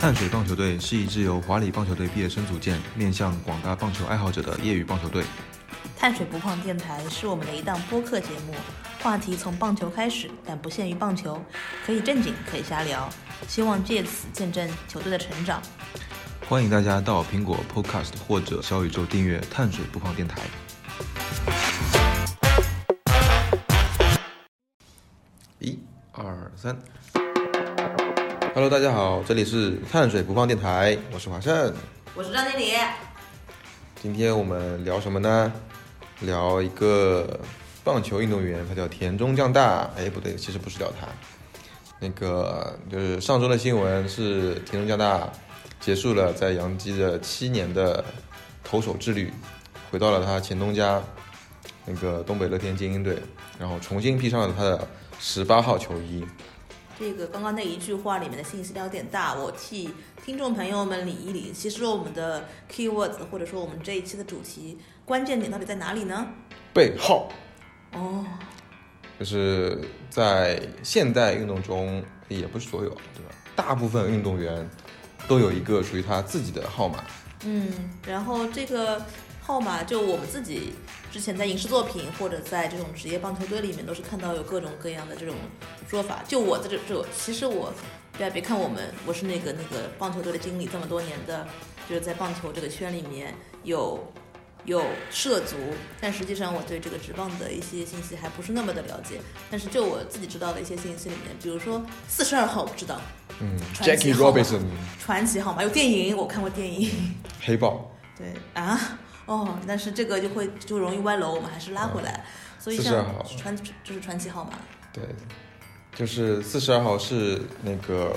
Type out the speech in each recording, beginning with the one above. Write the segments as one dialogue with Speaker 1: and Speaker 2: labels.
Speaker 1: 淡水棒球队是一支由华理棒球队毕业生组建，面向广大棒球爱好者的业余棒球队。
Speaker 2: 碳水不胖电台是我们的一档播客节目，话题从棒球开始，但不限于棒球，可以正经，可以瞎聊，希望借此见证球队的成长。
Speaker 1: 欢迎大家到苹果 Podcast 或者小宇宙订阅“碳水不胖电台一”。二三，Hello，大家好，这里是碳水不胖电台，我是华盛。
Speaker 2: 我是张经理，
Speaker 1: 今天我们聊什么呢？聊一个棒球运动员，他叫田中将大。哎，不对，其实不是聊他。那个就是上周的新闻是田中将大结束了在洋基的七年的投手之旅，回到了他前东家那个东北乐天精英队，然后重新披上了他的十八号球衣。
Speaker 2: 这个刚刚那一句话里面的信息量有点大，我替听众朋友们理一理。其实我们的 keywords 或者说我们这一期的主题关键点到底在哪里呢？
Speaker 1: 背号
Speaker 2: 哦，
Speaker 1: 就是在现代运动中，也不是所有，对吧？大部分运动员都有一个属于他自己的号码。
Speaker 2: 嗯，然后这个号码就我们自己之前在影视作品或者在这种职业棒球队里面都是看到有各种各样的这种说法。就我在这这，其实我大家别看我们，我是那个那个棒球队的经理，这么多年的就是在棒球这个圈里面有有涉足，但实际上我对这个职棒的一些信息还不是那么的了解。但是就我自己知道的一些信息里面，比如说四十二号我知道，
Speaker 1: 嗯
Speaker 2: 传奇
Speaker 1: ，Jackie
Speaker 2: 号码
Speaker 1: Robinson
Speaker 2: 传奇号码有电影，我看过电影。
Speaker 1: 黑豹
Speaker 2: 对啊，哦，但是这个就会就容易歪楼，我们还是拉回来。所以
Speaker 1: 42
Speaker 2: 像
Speaker 1: 号
Speaker 2: 传就是传奇号码，
Speaker 1: 对，就是四十二号是那个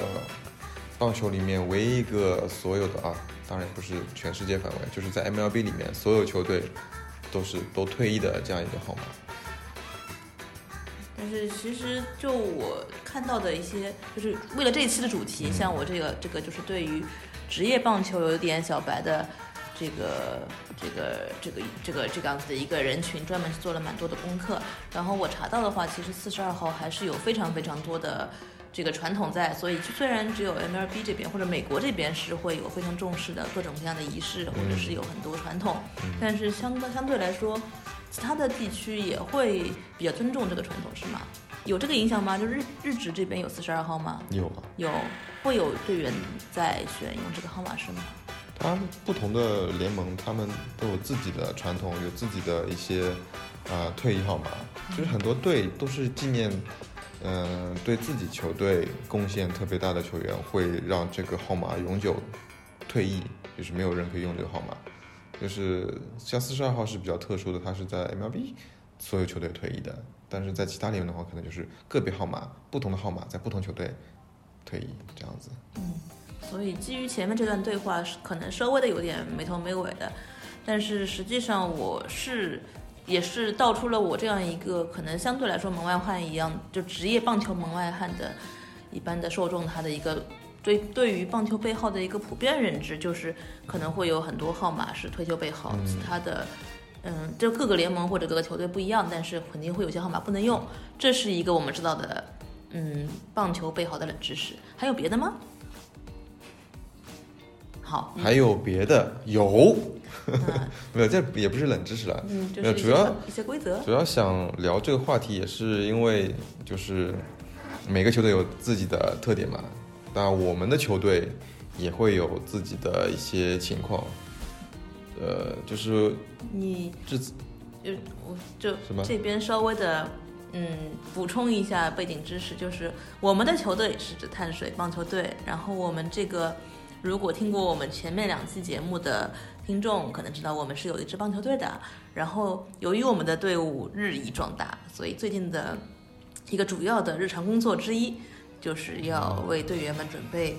Speaker 1: 棒球里面唯一一个所有的啊，当然也不是全世界范围，就是在 MLB 里面所有球队都是都退役的这样一个号码。
Speaker 2: 但是其实就我看到的一些，就是为了这一期的主题，像我这个这个就是对于职业棒球有点小白的。这个这个这个这个这个样子的一个人群，专门做了蛮多的功课。然后我查到的话，其实四十二号还是有非常非常多的这个传统在，所以虽然只有 MLB 这边或者美国这边是会有非常重视的各种各样的仪式，或者是有很多传统，但是相关相对来说，其他的地区也会比较尊重这个传统，是吗？有这个影响吗？就日日职这边有四十二号吗？
Speaker 1: 有啊，
Speaker 2: 有，会有队员在选用这个号码是吗？
Speaker 1: 他们不同的联盟，他们都有自己的传统，有自己的一些呃退役号码，就是很多队都是纪念，嗯、对自己球队贡献特别大的球员，会让这个号码永久退役，就是没有人可以用这个号码。就是像四十二号是比较特殊的，它是在 MLB 所有球队退役的，但是在其他联盟的话，可能就是个别号码，不同的号码在不同球队退役这样子。
Speaker 2: 所以基于前面这段对话，是可能稍微的有点没头没尾的，但是实际上我是也是道出了我这样一个可能相对来说门外汉一样，就职业棒球门外汉的一般的受众，他的一个对对于棒球背号的一个普遍认知，就是可能会有很多号码是退休背号，其他的。嗯，就各个联盟或者各个球队不一样，但是肯定会有些号码不能用，这是一个我们知道的，嗯，棒球背号的冷知识。还有别的吗？好，
Speaker 1: 还有别的有，
Speaker 2: 嗯
Speaker 1: 没有，这也不是冷知识了。
Speaker 2: 嗯，就
Speaker 1: 没有
Speaker 2: 是一
Speaker 1: 主
Speaker 2: 些
Speaker 1: 要
Speaker 2: 一些规则，
Speaker 1: 主要想聊这个话题，也是因为就是每个球队有自己的特点嘛，那我们的球队也会有自己的一些情况。呃，就是
Speaker 2: 你
Speaker 1: 这
Speaker 2: 就我就
Speaker 1: 什么
Speaker 2: 这边稍微的嗯补充一下背景知识，就是我们的球队是指碳水棒球队，然后我们这个如果听过我们前面两期节目的听众，可能知道我们是有一支棒球队的。然后由于我们的队伍日益壮大，所以最近的一个主要的日常工作之一，就是要为队员们准备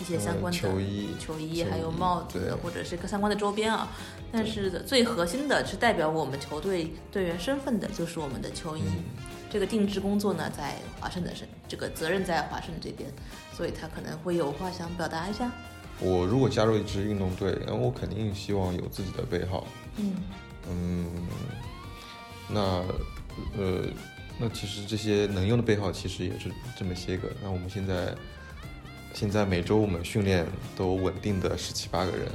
Speaker 2: 一些相关的
Speaker 1: 呃嗯球衣
Speaker 2: 球
Speaker 1: 球
Speaker 2: 衣
Speaker 1: 衣
Speaker 2: 还有帽
Speaker 1: 对
Speaker 2: 子，或者是各相关的周边啊。但是最核心的是代表我们球队队员身份的，就是我们的球衣。这个定制工作呢，在华盛顿是这个责任在华盛顿这边，所以他可能会有话想表达一下。
Speaker 1: 我如果加入一支运动队，那我肯定希望有自己的背号。
Speaker 2: 嗯，
Speaker 1: 嗯，那呃，那其实这些能用的背号其实也是这么些个。那我们现在现在每周我们训练都稳定的十七八个人，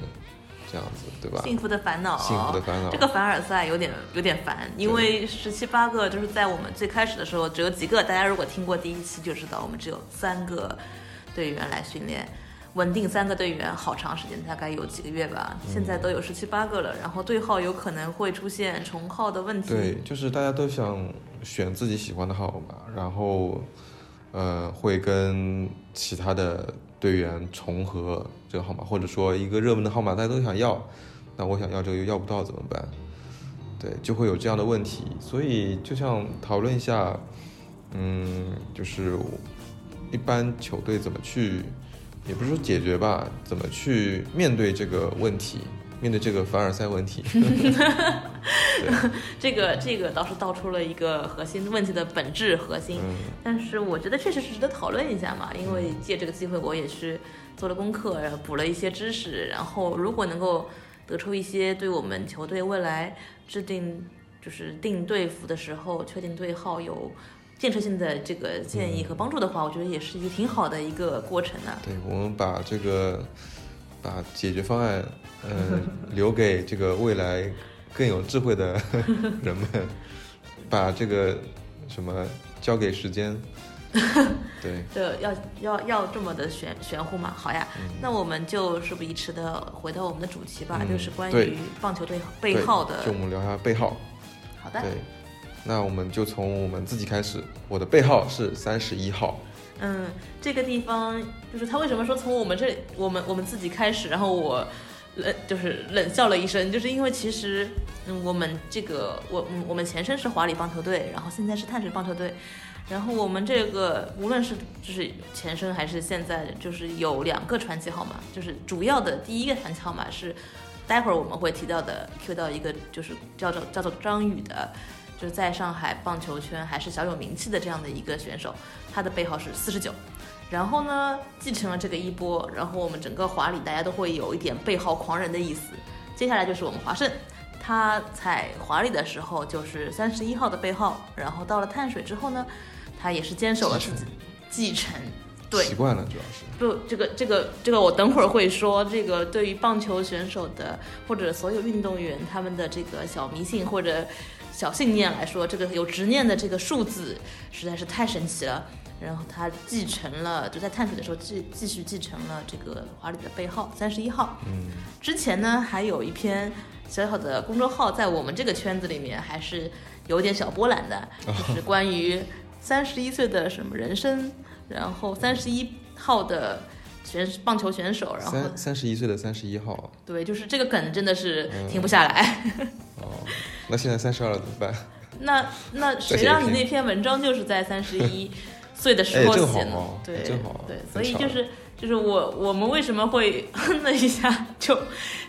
Speaker 1: 这样子对吧？
Speaker 2: 幸福的烦恼，
Speaker 1: 幸福的烦恼
Speaker 2: 这个凡尔赛有点有点烦，因为十七八个就是在我们最开始的时候只有几个，大家如果听过第一期就知道，我们只有三个队员来训练，稳定三个队员好长时间，大概有几个月吧，
Speaker 1: 嗯
Speaker 2: 现在都有十七八个了，然后对号有可能会出现重号的问题，
Speaker 1: 对，就是大家都想选自己喜欢的号码，然后，呃，会跟其他的队员重合这个号码，或者说一个热门的号码大家都想要，那我想要这个又要不到怎么办？对，就会有这样的问题。所以就想讨论一下，嗯，就是一般球队怎么去，也不是说解决吧，怎么去面对这个问题，面对这个凡尔赛问题。
Speaker 2: 这个这个倒是道出了一个核心问题的本质核心，
Speaker 1: 嗯
Speaker 2: 但是我觉得确实是值得讨论一下嘛，因为借这个机会我也是做了功课，然后补了一些知识，然后如果能够得出一些对我们球队未来制定就是定队服的时候确定队号有建设性的这个建议和帮助的话，我觉得也是一个挺好的一个过程啊。
Speaker 1: 对，我们把这个把解决方案， 呃，留给这个未来更有智慧 的人们，把这个什么交给时 间。对，
Speaker 2: 这要要要这么的玄玄乎吗？好呀，那我们就事不宜迟的回到我们的主题吧，
Speaker 1: 嗯嗯
Speaker 2: 就是关
Speaker 1: 对
Speaker 2: 于棒球队
Speaker 1: 对
Speaker 2: 背号的
Speaker 1: 就我们聊一下背号。
Speaker 2: 好的
Speaker 1: 对，，那我们就从我们自己开始。我的背号是三十一号。
Speaker 2: 嗯，这个地方就是他为什么说从我们这我们我们自己开始，然后我冷就是冷笑了一声，就是因为其实嗯我们这个我嗯我们前身是华理棒球队，然后现在是碳水棒球队。然后我们这个无论是就是前身还是现在，就是有两个传奇号码，就是主要的第一个传奇号码是，待会儿我们会提到的 Q 到一个就是叫做叫做张宇的，就是在上海棒球圈还是小有名气的这样的一个选手，他的背号是四十九。然后呢，继承了这个衣钵，然后我们整个华理大家都会有一点背号狂人的意思。接下来就是我们华盛，他踩华理的时候就是三十一号的背号，然后到了碳水之后呢，他也是坚守了自己继承。对，
Speaker 1: 习惯了主要是。
Speaker 2: 不，这个这个这个，我等会儿会说。这个对于棒球选手的或者所有运动员他们的这个小迷信或者小信念来说，这个有执念的这个数字实在是太神奇了。然后他继承了，就在探水的时候继继续继承了这个华理的背号三十一号。
Speaker 1: 嗯，
Speaker 2: 之前呢，还有一篇小小的公众号，在我们这个圈子里面还是有点小波澜的， 就是关于三十一岁的什么人生，然后三十一号的选棒球选手，然后
Speaker 1: 三三十一岁的三十一号。
Speaker 2: 对，就是这个梗真的是
Speaker 1: 嗯
Speaker 2: 停不下来。
Speaker 1: 哦，那现在三十二了怎么办？
Speaker 2: 那 那谁让你那篇文章就是在三十一岁的时候
Speaker 1: 哎正好
Speaker 2: 写呢？
Speaker 1: 哦
Speaker 2: 对，
Speaker 1: 正好
Speaker 2: 对，所
Speaker 1: 很
Speaker 2: 以
Speaker 1: 巧
Speaker 2: 就是就是我我们为什么会 哼了一下，就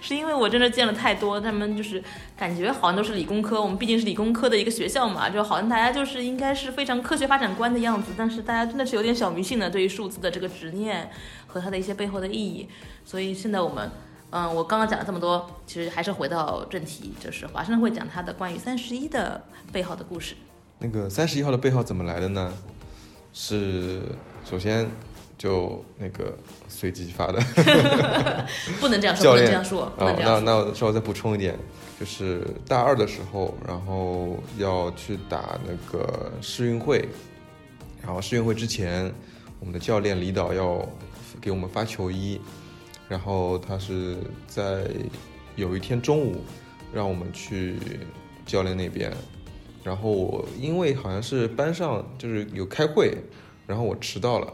Speaker 2: 是因为我真的见了太多，他们就是感觉好像都是理工科，我们毕竟是理工科的一个学校嘛，就好像大家就是应该是非常科学发展观的样子，但是大家真的是有点小迷信的，对于数字的这个执念和它的一些背后的意义，所以现在我们。嗯，我刚刚讲了这么多，其实还是回到正题，就是华生会讲他的关于三十一的背后的故事。
Speaker 1: 那个三十一号的背号怎么来的呢？是首先就那个随机发的
Speaker 2: 不能这样说，
Speaker 1: 教
Speaker 2: 不能这
Speaker 1: 练
Speaker 2: 样说，不
Speaker 1: 哦
Speaker 2: 能这
Speaker 1: 那
Speaker 2: 样说。
Speaker 1: 那我稍微再补充一点，就是大二的时候，然后要去打那个世运会，然后世运会之前，我们的教练李导要给我们发球衣，然后他是在有一天中午让我们去教练那边，然后我因为好像是班上就是有开会，然后我迟到了。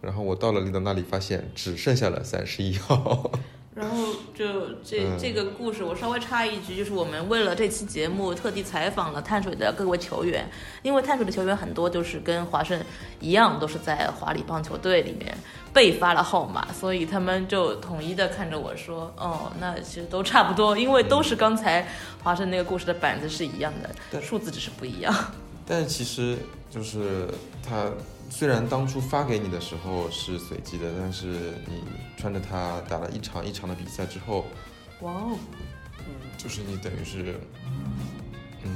Speaker 1: 然后我到了李导那里，发现只剩下了三十一号。
Speaker 2: 然后就这、
Speaker 1: 嗯
Speaker 2: 这个故事，我稍微插一句，就是我们为了这期节目特地采访了碳水的各位球员，因为碳水的球员很多就是跟华盛一样，都是在华理棒球队里面被发了号码，所以他们就统一的看着我说，哦，那其实都差不多，因为都是刚才华盛那个故事的板子是一样的，
Speaker 1: 对
Speaker 2: 数字只是不一样。
Speaker 1: 但其实就是它虽然当初发给你的时候是随机的，但是你穿着它打了一场一场的比赛之后，
Speaker 2: 哇哦，
Speaker 1: 就是你等于是，嗯，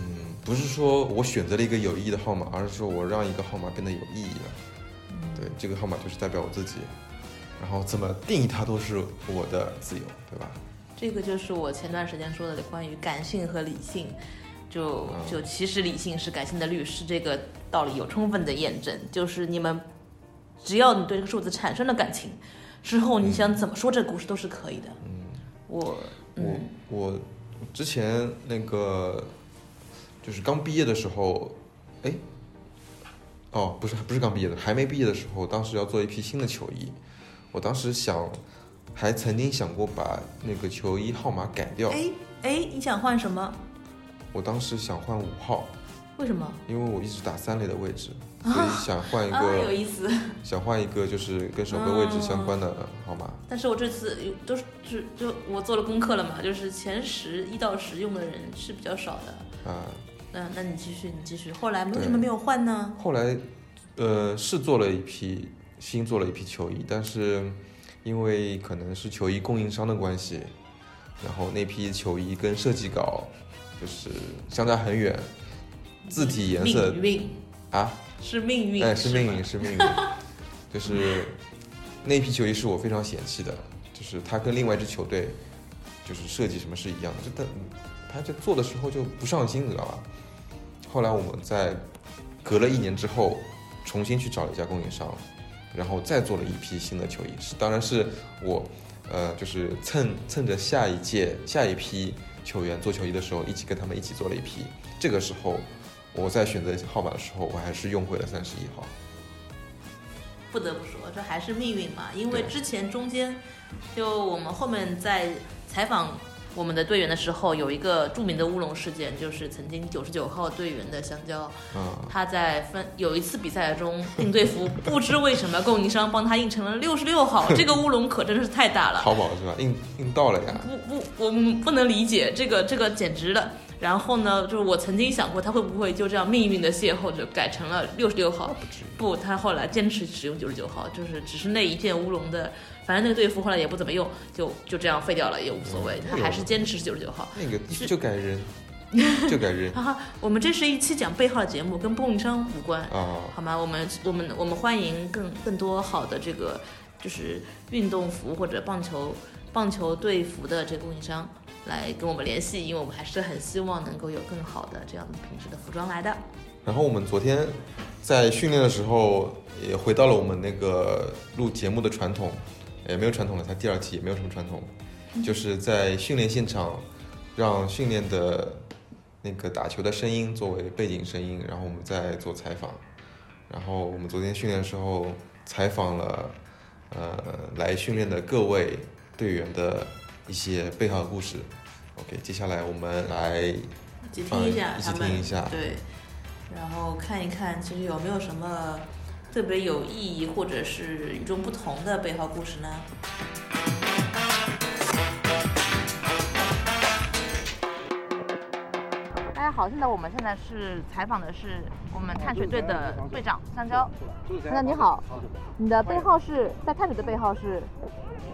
Speaker 1: 不是说我选择了一个有意义的号码，而是说我让一个号码变得有意义了。对，这个号码就是代表我自己。然后怎么定义它都是我的自由，对吧？
Speaker 2: 这个就是我前段时间说的关于感性和理性，就
Speaker 1: 嗯
Speaker 2: 就其实理性是感性的律师，这个道理有充分的验证。就是你们只要你对这个数字产生了感情，之后你想怎么说这个故事都是可以的。
Speaker 1: 嗯，
Speaker 2: 我
Speaker 1: 我
Speaker 2: 嗯
Speaker 1: 我之前那个就是刚毕业的时候，哎，哦，不是不是刚毕业的，还没毕业的时候，当时要做一批新的球衣，我当时想，还曾经想过把那个球衣号码改掉，
Speaker 2: 哎哎，你想换什么？
Speaker 1: 我当时想换五号，
Speaker 2: 为什么？
Speaker 1: 因为我一直打三垒的位 置，所以想换一
Speaker 2: 啊，有
Speaker 1: 个
Speaker 2: 意思。 嗯
Speaker 1: 想换一个就是跟守备位置相关的号码，
Speaker 2: 但是我这次有都是就就我做了功课了嘛，就是前十一到十用的人是比较少的。
Speaker 1: 啊、
Speaker 2: 那那你继续，你继续。后来为
Speaker 1: 对
Speaker 2: 什么没有换呢？
Speaker 1: 后来，呃，是做了一批新做了一批球衣，但是因为可能是球衣供应商的关系，然后那批球衣跟设计稿就是相差很远，字体颜色
Speaker 2: 命运
Speaker 1: 啊，
Speaker 2: 是命运，
Speaker 1: 哎，是
Speaker 2: 吧
Speaker 1: 命运，是命运，就是那批球衣是我非常嫌弃的，就是它跟另外一支球队就是设计什么是一样的，就它它就做的时候就不上心，你知道吧？后来我们在隔了一年之后，重新去找了一家供应商，然后再做了一批新的球衣，是当然是我呃就是蹭蹭着下一届下一批球员做球衣的时候，一起跟他们一起做了一批。这个时候我在选择号码的时候，我还是用回了三十一号。
Speaker 2: 不得不说，这还是命运嘛。因为
Speaker 1: 对
Speaker 2: 之前中间，就我们后面在采访我们的队员的时候，有一个著名的乌龙事件，就是曾经九十九号队员的香蕉，
Speaker 1: 嗯，
Speaker 2: 他在分有一次比赛中订队服，不知为什么供应商帮他印成了六十六号，这个乌龙可真是太大了。
Speaker 1: 淘宝是吧？印印到了呀。
Speaker 2: 不不，我们不能理解这个这个简直了。然后呢，就是我曾经想过他会不会就这样命运的邂逅，就改成了六十六号。
Speaker 1: 不至于。
Speaker 2: 不，他后来坚持使用九十九号，就是只是那一件乌龙的，反正那个队服后来也不怎么用，就就这样废掉了，也无所谓。
Speaker 1: 嗯
Speaker 2: 他还是坚持九十九号。
Speaker 1: 那个
Speaker 2: 是
Speaker 1: 就改人，就改人
Speaker 2: 哈哈，我们这是一期讲背号的节目，跟供应商无关，
Speaker 1: 啊！
Speaker 2: 好吗？我们我们我们欢迎更更多好的这个就是运动服或者棒球棒球队服的这个供应商来跟我们联系，因为我们还是很希望能够有更好的这样的品质的服装来的。
Speaker 1: 然后我们昨天在训练的时候，也回到了我们那个录节目的传统，也没有传统了，才第二期，也没有什么传统，
Speaker 2: 嗯
Speaker 1: 就是在训练现场，让训练的那个打球的声音作为背景声音，然后我们再做采访。然后我们昨天训练的时候采访了，呃，来训练的各位队员的一些背后的故事。OK，接下来我们来
Speaker 2: 去
Speaker 1: 放
Speaker 2: 听一下
Speaker 1: 一起
Speaker 2: 他们，
Speaker 1: 嗯听一下
Speaker 2: 对，然后看一看其实有没有什么特别有意义或者是与众不同的背后故事呢？大家好，现在我们现在是采访的是我们
Speaker 3: 探水队的队
Speaker 2: 长香蕉。
Speaker 3: 那你好，
Speaker 2: 你的背号是在探水的背号是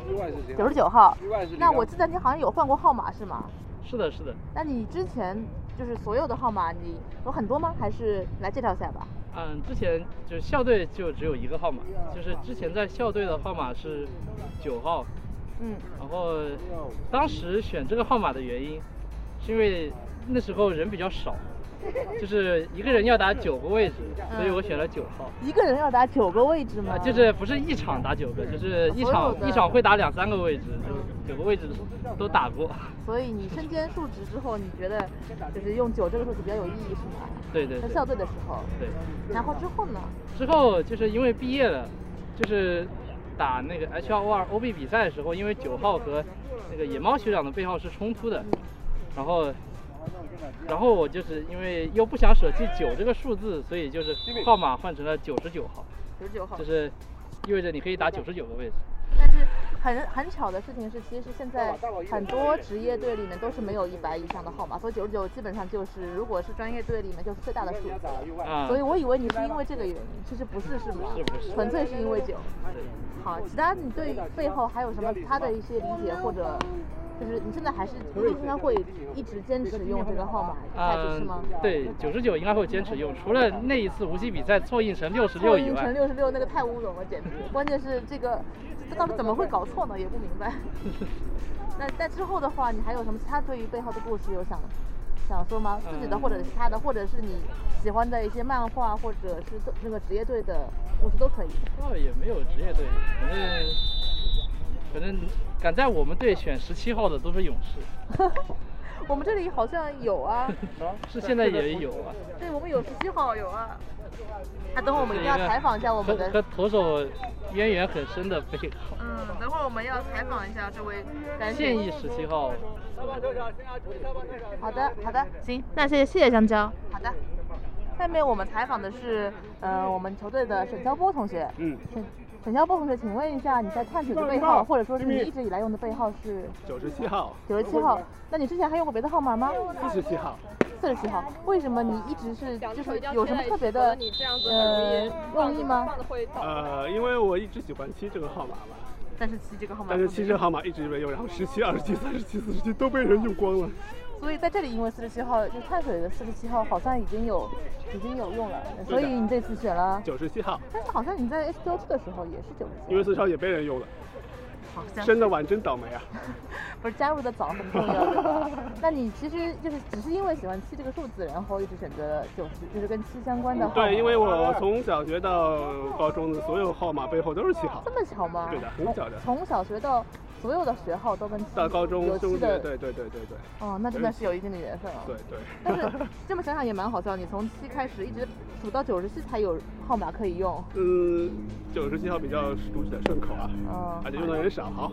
Speaker 3: 九
Speaker 2: 九
Speaker 3: 十
Speaker 2: 十九号。
Speaker 3: 九。
Speaker 2: 那我记得你好像有换过号码是吗？
Speaker 4: 是的，是的，
Speaker 2: 那你之前就是所有的号码你有很多吗？还是来介绍一下吧？
Speaker 4: 嗯，之前就是校队就只有一个号码，就是之前在校队的号码是九号，
Speaker 2: 嗯，
Speaker 4: 然后当时选这个号码的原因，是因为那时候人比较 少，就是一个人要打九个位置，
Speaker 2: 嗯
Speaker 4: 所以我选了九号。
Speaker 2: 一个人要打九个位置吗？
Speaker 4: 啊，就是不是一场打九个，就是一
Speaker 2: 所
Speaker 4: 场
Speaker 2: 有的
Speaker 4: 一场会打两三个位置，就九个位置都打过。
Speaker 2: 所以你身兼数职之后，你觉得就是用九这个数字比较有意义是吗？
Speaker 4: 对对
Speaker 2: 在
Speaker 4: 对
Speaker 2: 校队的时候，
Speaker 4: 对。
Speaker 2: 然后之后呢？
Speaker 4: 之后就是因为毕业了，就是打那个 HR2 OB 比赛的时候，因为九号和那个野猫学长的背号是冲突的，然后，然后我就是因为又不想舍弃九这个数字，所以就是号码换成了九十九号，
Speaker 2: 九十九号
Speaker 4: 就。是意味着你可以打九十九个位置。
Speaker 2: 但是很很巧的事情是，其实现在很多职业队里面都是没有一百以上的号码，所以九十九基本上就是如果是专业队里面就是最大的数字。
Speaker 4: 啊、
Speaker 2: 所以我以为你是因为这个原因，其实不是是吗？
Speaker 4: 是不是
Speaker 2: 纯粹是因 为酒。
Speaker 4: 对
Speaker 2: 好，其他你对背后还有什么其他的一些理解或者？就是你现在还是估计应该会一直坚持用这个号码下去是吗？
Speaker 4: 嗯啊对，九十九应该会坚持用，除了那一次无锡比赛错印成六十
Speaker 2: 错
Speaker 4: 六以
Speaker 2: 印成
Speaker 4: 外，
Speaker 2: 六十六那个太乌龙了，简直！关键是这个，到
Speaker 5: 怎么会搞错呢？也不明白。 那在之后的话，你还有什么其他对于背后的故事有想想说吗？自己
Speaker 4: 嗯
Speaker 5: 的或者是他的，或者是你喜欢的一些漫画，或者是那个职业队的故事都可以。
Speaker 4: 倒也没有职业队，反正反正敢在我们队选十七号的都是勇士，
Speaker 5: 我们这里好像有啊，
Speaker 4: 是现在也有啊。
Speaker 5: 对，我们有十七号有啊。啊，等会儿我们一定要采访一下我们
Speaker 4: 和和
Speaker 5: 的，
Speaker 4: 投手渊源很深的背号，
Speaker 5: 嗯，等会儿我们要采访一下这位男
Speaker 4: 现役十七号。
Speaker 5: 好的，好的，行，那谢谢谢谢香蕉。好的。下面我们采访的是，呃，我们球队的沈肖波同学。
Speaker 6: 嗯，
Speaker 5: 沈沈肖波同学，请问一下，你在探索的背号，或者说是你一直以来用的背号是
Speaker 6: 九十七号，
Speaker 5: 九十七号？那你之前还用过别的号码吗？
Speaker 6: 四十七号，
Speaker 5: 四十七号。为什么你一直是就是有什么特别的呃用意吗？
Speaker 6: 呃，因为我一直喜欢七这个号码嘛，
Speaker 5: 但是七这个号码，
Speaker 6: 但是七这个号码一直没用，然后十七、二十七、三十七、四十七都被人用光了。
Speaker 5: 所以在这里，因为四十七号就碳水的四十七号好像已经有已经有用了，所以你这次选了。
Speaker 6: 九十七号，
Speaker 5: 但是好像你在 HQ2 的时候也是九十七，
Speaker 6: 因为四十号也被人用了，
Speaker 5: 好像
Speaker 6: 真的碗真倒霉啊！
Speaker 5: 不是加入的早很重要。那你其实就是只是因为喜欢七这个数字，然后一直选择了九十，就是跟七相关的号码。
Speaker 6: 对，因为我从小学到高中的所有号码背后都是七号
Speaker 5: 哦这，么巧吗？
Speaker 6: 对的很巧的
Speaker 5: 从从小学到所有的学号都跟七
Speaker 6: 到高中、
Speaker 5: 有
Speaker 6: 中
Speaker 5: 七
Speaker 6: 学，
Speaker 5: 的
Speaker 6: 对对对对对
Speaker 5: 哦，那真的是有一定的缘分啊。
Speaker 6: 对。对。
Speaker 5: 但是这么想想也蛮好笑，你从七开始一直数到九十七才有号码可以用。
Speaker 6: 嗯，九十七号比较读起来顺口啊，
Speaker 5: 嗯
Speaker 6: 而且用的人少，好，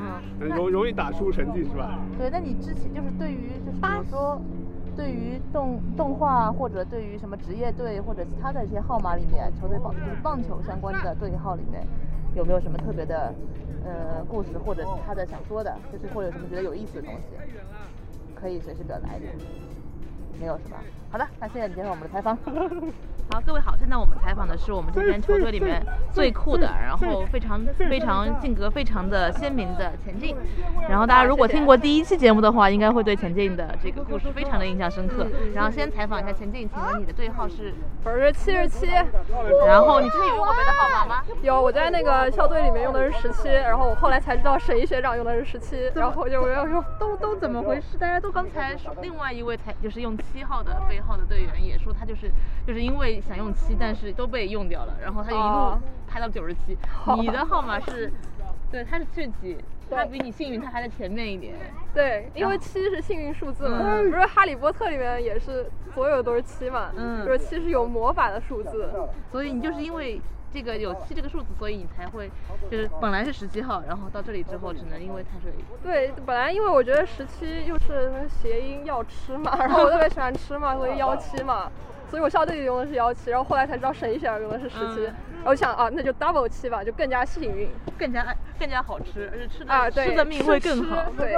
Speaker 5: 嗯，
Speaker 6: 嗯容容易打出成绩是 吧？
Speaker 5: 对，那你之前就是对于就是比如说，对于动动画或者对于什么职业队或者其他的一些号码里面，球队棒就是棒球相关的队号里面，有没有什么特别的呃故事或者其他的想说的，就是或者有什么觉得有意思的东西，可以随时表达一点。没有是吧？好的，那谢谢你接受我们的采访。好，各位好，现在我们采访的是我们今天球队里面最酷的，然后非常非常性格非常的鲜明的前进。 然后大家如果听过第一期节目的话，应该会对前进的这个故事非常的印象深刻。然后先采访一下前进，请问你的队号是？
Speaker 7: 我是七十七，
Speaker 5: 然后你之前有用过别的号码吗？
Speaker 7: 有我在那个校队里面用的是十七，然后我后来才知道沈一学长用的是十七，然后我就我要用。
Speaker 5: 都都怎么回事？大家都刚才说另外一位才就是用七号的背号的队员也说他就是就是因为想用七，但是都被用掉了，然后他就一路
Speaker 7: 哦
Speaker 5: 拍到九十七。你的号码是，对，他是七十七，他比你幸运，他还在前面一点。
Speaker 7: 对，因为七是幸运数字嘛，不是《哈利波特》里面也是所有都是七嘛，
Speaker 5: 嗯
Speaker 7: 就是七是有魔法的数字，
Speaker 5: 所以你就是因为这个有七这个数字，所以你才会就是本来是十七号，然后到这里之后只能因为碳水。
Speaker 7: 对，本来因为我觉得十七又是谐音要吃嘛，然后我特别喜欢吃嘛， 所以幺七嘛，所以我校队里用的是幺七，然后后来才知道沈一学长用的是十
Speaker 5: 嗯
Speaker 7: 七，然后我想啊，那就 double 七吧，就更加幸运
Speaker 5: 更加更加好吃，而且吃的、
Speaker 7: 啊，对，
Speaker 5: 吃的命会更好。
Speaker 7: 吃对，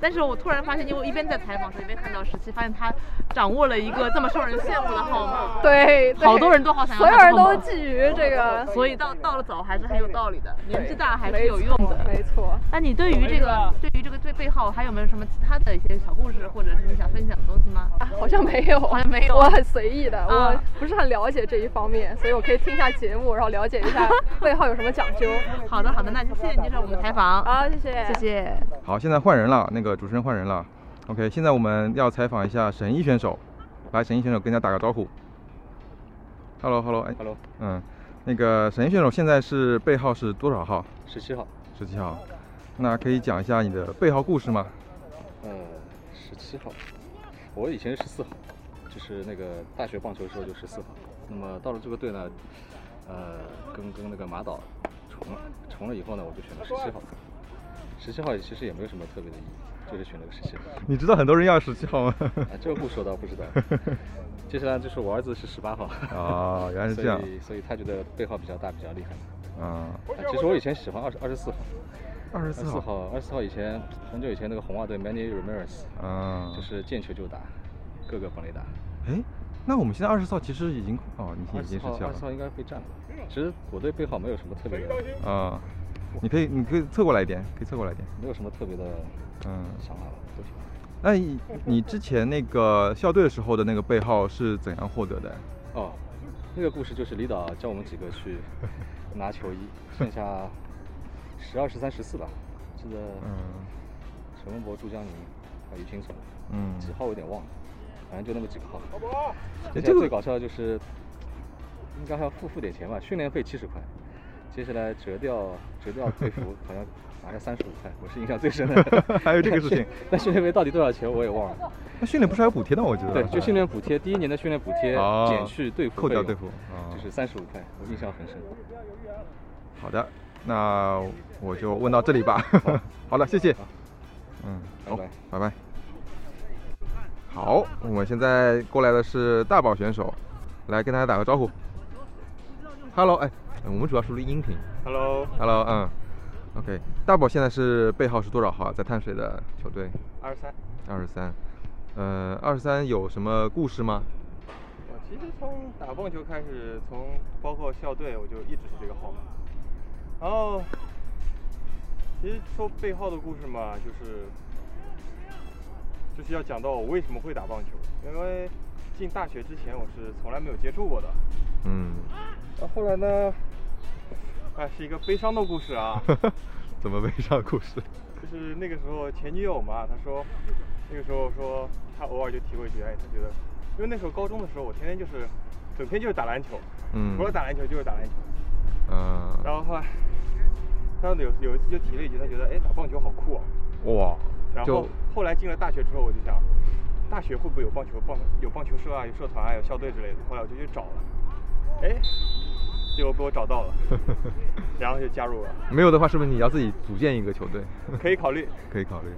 Speaker 5: 但是我突然发现，因为我一边在采访的时候，一边看到十七，发现他掌握了一个这么受人羡慕的号码，
Speaker 7: 对，对
Speaker 5: 好多人都好想要
Speaker 7: 所有
Speaker 5: 他的
Speaker 7: 人都
Speaker 5: 号码
Speaker 7: 觊觎这个，
Speaker 5: 所以到到了早还是很有道理的，年纪大还是
Speaker 7: 没
Speaker 5: 有用
Speaker 7: 错
Speaker 5: 的。
Speaker 7: 没错。
Speaker 5: 那你对于这个对于这个对背后还有没有什么其他的一些小故事，或者是你想分享的东西吗？
Speaker 7: 啊，好像没有，
Speaker 5: 好像没有
Speaker 7: 我很随意的，
Speaker 5: 啊
Speaker 7: 我不是很了解这一方面，所以我可以听一下节目，然后了解一 下背后有什么讲究。
Speaker 5: 好的好的，那就谢谢你接受我们的采访，
Speaker 7: 好，谢谢，
Speaker 5: 谢。谢。
Speaker 1: 好，现在换人了，那个主持人换人了。OK，现在我们要采访一下沈一选手，来，沈一选手跟大家打个招呼。Hello，Hello，哎
Speaker 8: Hello，
Speaker 1: 嗯，那个沈一选手现在是背号是多少号？
Speaker 8: 十七号。
Speaker 1: 十七号。那可以讲一下你的背号故事吗？
Speaker 8: 呃，十七号。我以前是四号，就是那个大学棒球的时候就十四号。那么到了这个队呢，呃，跟跟那个马岛重了，重了以后呢，我就选了十七号。十七号其实也没有什么特别的意义，就是选了个十七号。
Speaker 1: 你知道很多人要十七 号吗？
Speaker 8: 啊，这个故事我倒不知 道。接下来就是我儿子是十八号。
Speaker 1: 啊原来是这样
Speaker 8: 所以所以他觉得背号比较大，比较厉害。
Speaker 1: 啊，
Speaker 8: 啊其实我以前喜欢二十二十四号，
Speaker 1: 二十
Speaker 8: 二十
Speaker 1: 四
Speaker 8: 四
Speaker 1: 号。
Speaker 8: 号，二十四号以前很久以前那个红袜队 Manny Ramirez，
Speaker 1: 啊，
Speaker 8: 就是见球就打，各个本垒打。
Speaker 1: 哎，那我们现在二十四号其实已经哦，你
Speaker 8: 二
Speaker 1: 已
Speaker 8: 十
Speaker 1: 经十
Speaker 8: 号，
Speaker 1: 七号
Speaker 8: 二十号应该会站的。其实我对背号没有什么特别的，
Speaker 1: 了啊。你可以，你可以侧过来一点，可以侧过来一点。
Speaker 8: 没有什么特别的
Speaker 1: 嗯，
Speaker 8: 想法吧，对。
Speaker 1: 那你你之前那个校队的时候的那个背号是怎样获得的？
Speaker 8: 哦，那个故事就是李导叫我们几个去拿球衣，剩下十二、十三、十四吧，记得
Speaker 1: 嗯
Speaker 8: 陈文博、朱江宁还有于清松，
Speaker 1: 嗯
Speaker 8: 几号我有点忘了，反正就那么几个号。
Speaker 1: 哎
Speaker 8: 现
Speaker 1: 这
Speaker 8: 在
Speaker 1: 个。
Speaker 8: 最搞笑的就是，应该还要付付点钱吧，训练费七十块，接下来折掉折掉队服好像拿了三十五块，我是印象最深的
Speaker 1: 还有这个事情
Speaker 8: 但训练费到底多少钱我也忘了。
Speaker 1: 那训练不是还有补贴的吗？我记得
Speaker 8: 对，就训练补贴，第一年的训练补贴
Speaker 1: 哦
Speaker 8: 减去队服
Speaker 1: 扣
Speaker 8: 费
Speaker 1: 掉
Speaker 8: 用
Speaker 1: 队服哦
Speaker 8: 就是三十五块，我印象很深。
Speaker 1: 好的，那我就问到这里吧。 好了，谢谢。嗯，好，
Speaker 8: 拜拜
Speaker 1: 拜拜。好，我们现在过来的是大宝选手，来跟大家打个招呼。Hello，哎，我们主要是录音频。
Speaker 9: Hello，
Speaker 1: Hello，嗯，OK，大宝现在是背号是多少号啊？在淡水的球队
Speaker 9: 二十三。
Speaker 1: 二十三。呃，二十三有什么故事吗？
Speaker 9: 我其实从打棒球开始，从包括校队，我就一直是这个号码。然后，其实说背号的故事嘛，就是就是要讲到我为什么会打棒球，因为进大学之前我是从来没有接触过的。
Speaker 1: 嗯，
Speaker 9: 那呃后来呢？啊，是一个悲伤的故事啊。
Speaker 1: 怎么悲伤故事？
Speaker 9: 就是那个时候前女友嘛，她说，那个时候说她偶尔就提过一句，哎，她觉得，因为那时候高中的时候，我天天就是，整天就是打篮球，
Speaker 1: 嗯
Speaker 9: 除了打篮球就是打篮球。
Speaker 1: 嗯、
Speaker 9: 然后后来，她有有一次就提了一句，她觉得，哎，打棒球好酷哦。
Speaker 1: 哇，
Speaker 9: 然
Speaker 1: 就
Speaker 9: 后后来进了大学之后，我就想，大学会不会有棒球棒有棒球社啊，有社团啊，有校队之类的？后来我就去找了，哎，结果被我找到 了，然后就加入了，
Speaker 1: 没有的话，是不是你要自己组建一个球队？
Speaker 9: 可以考虑。
Speaker 1: 可以考虑。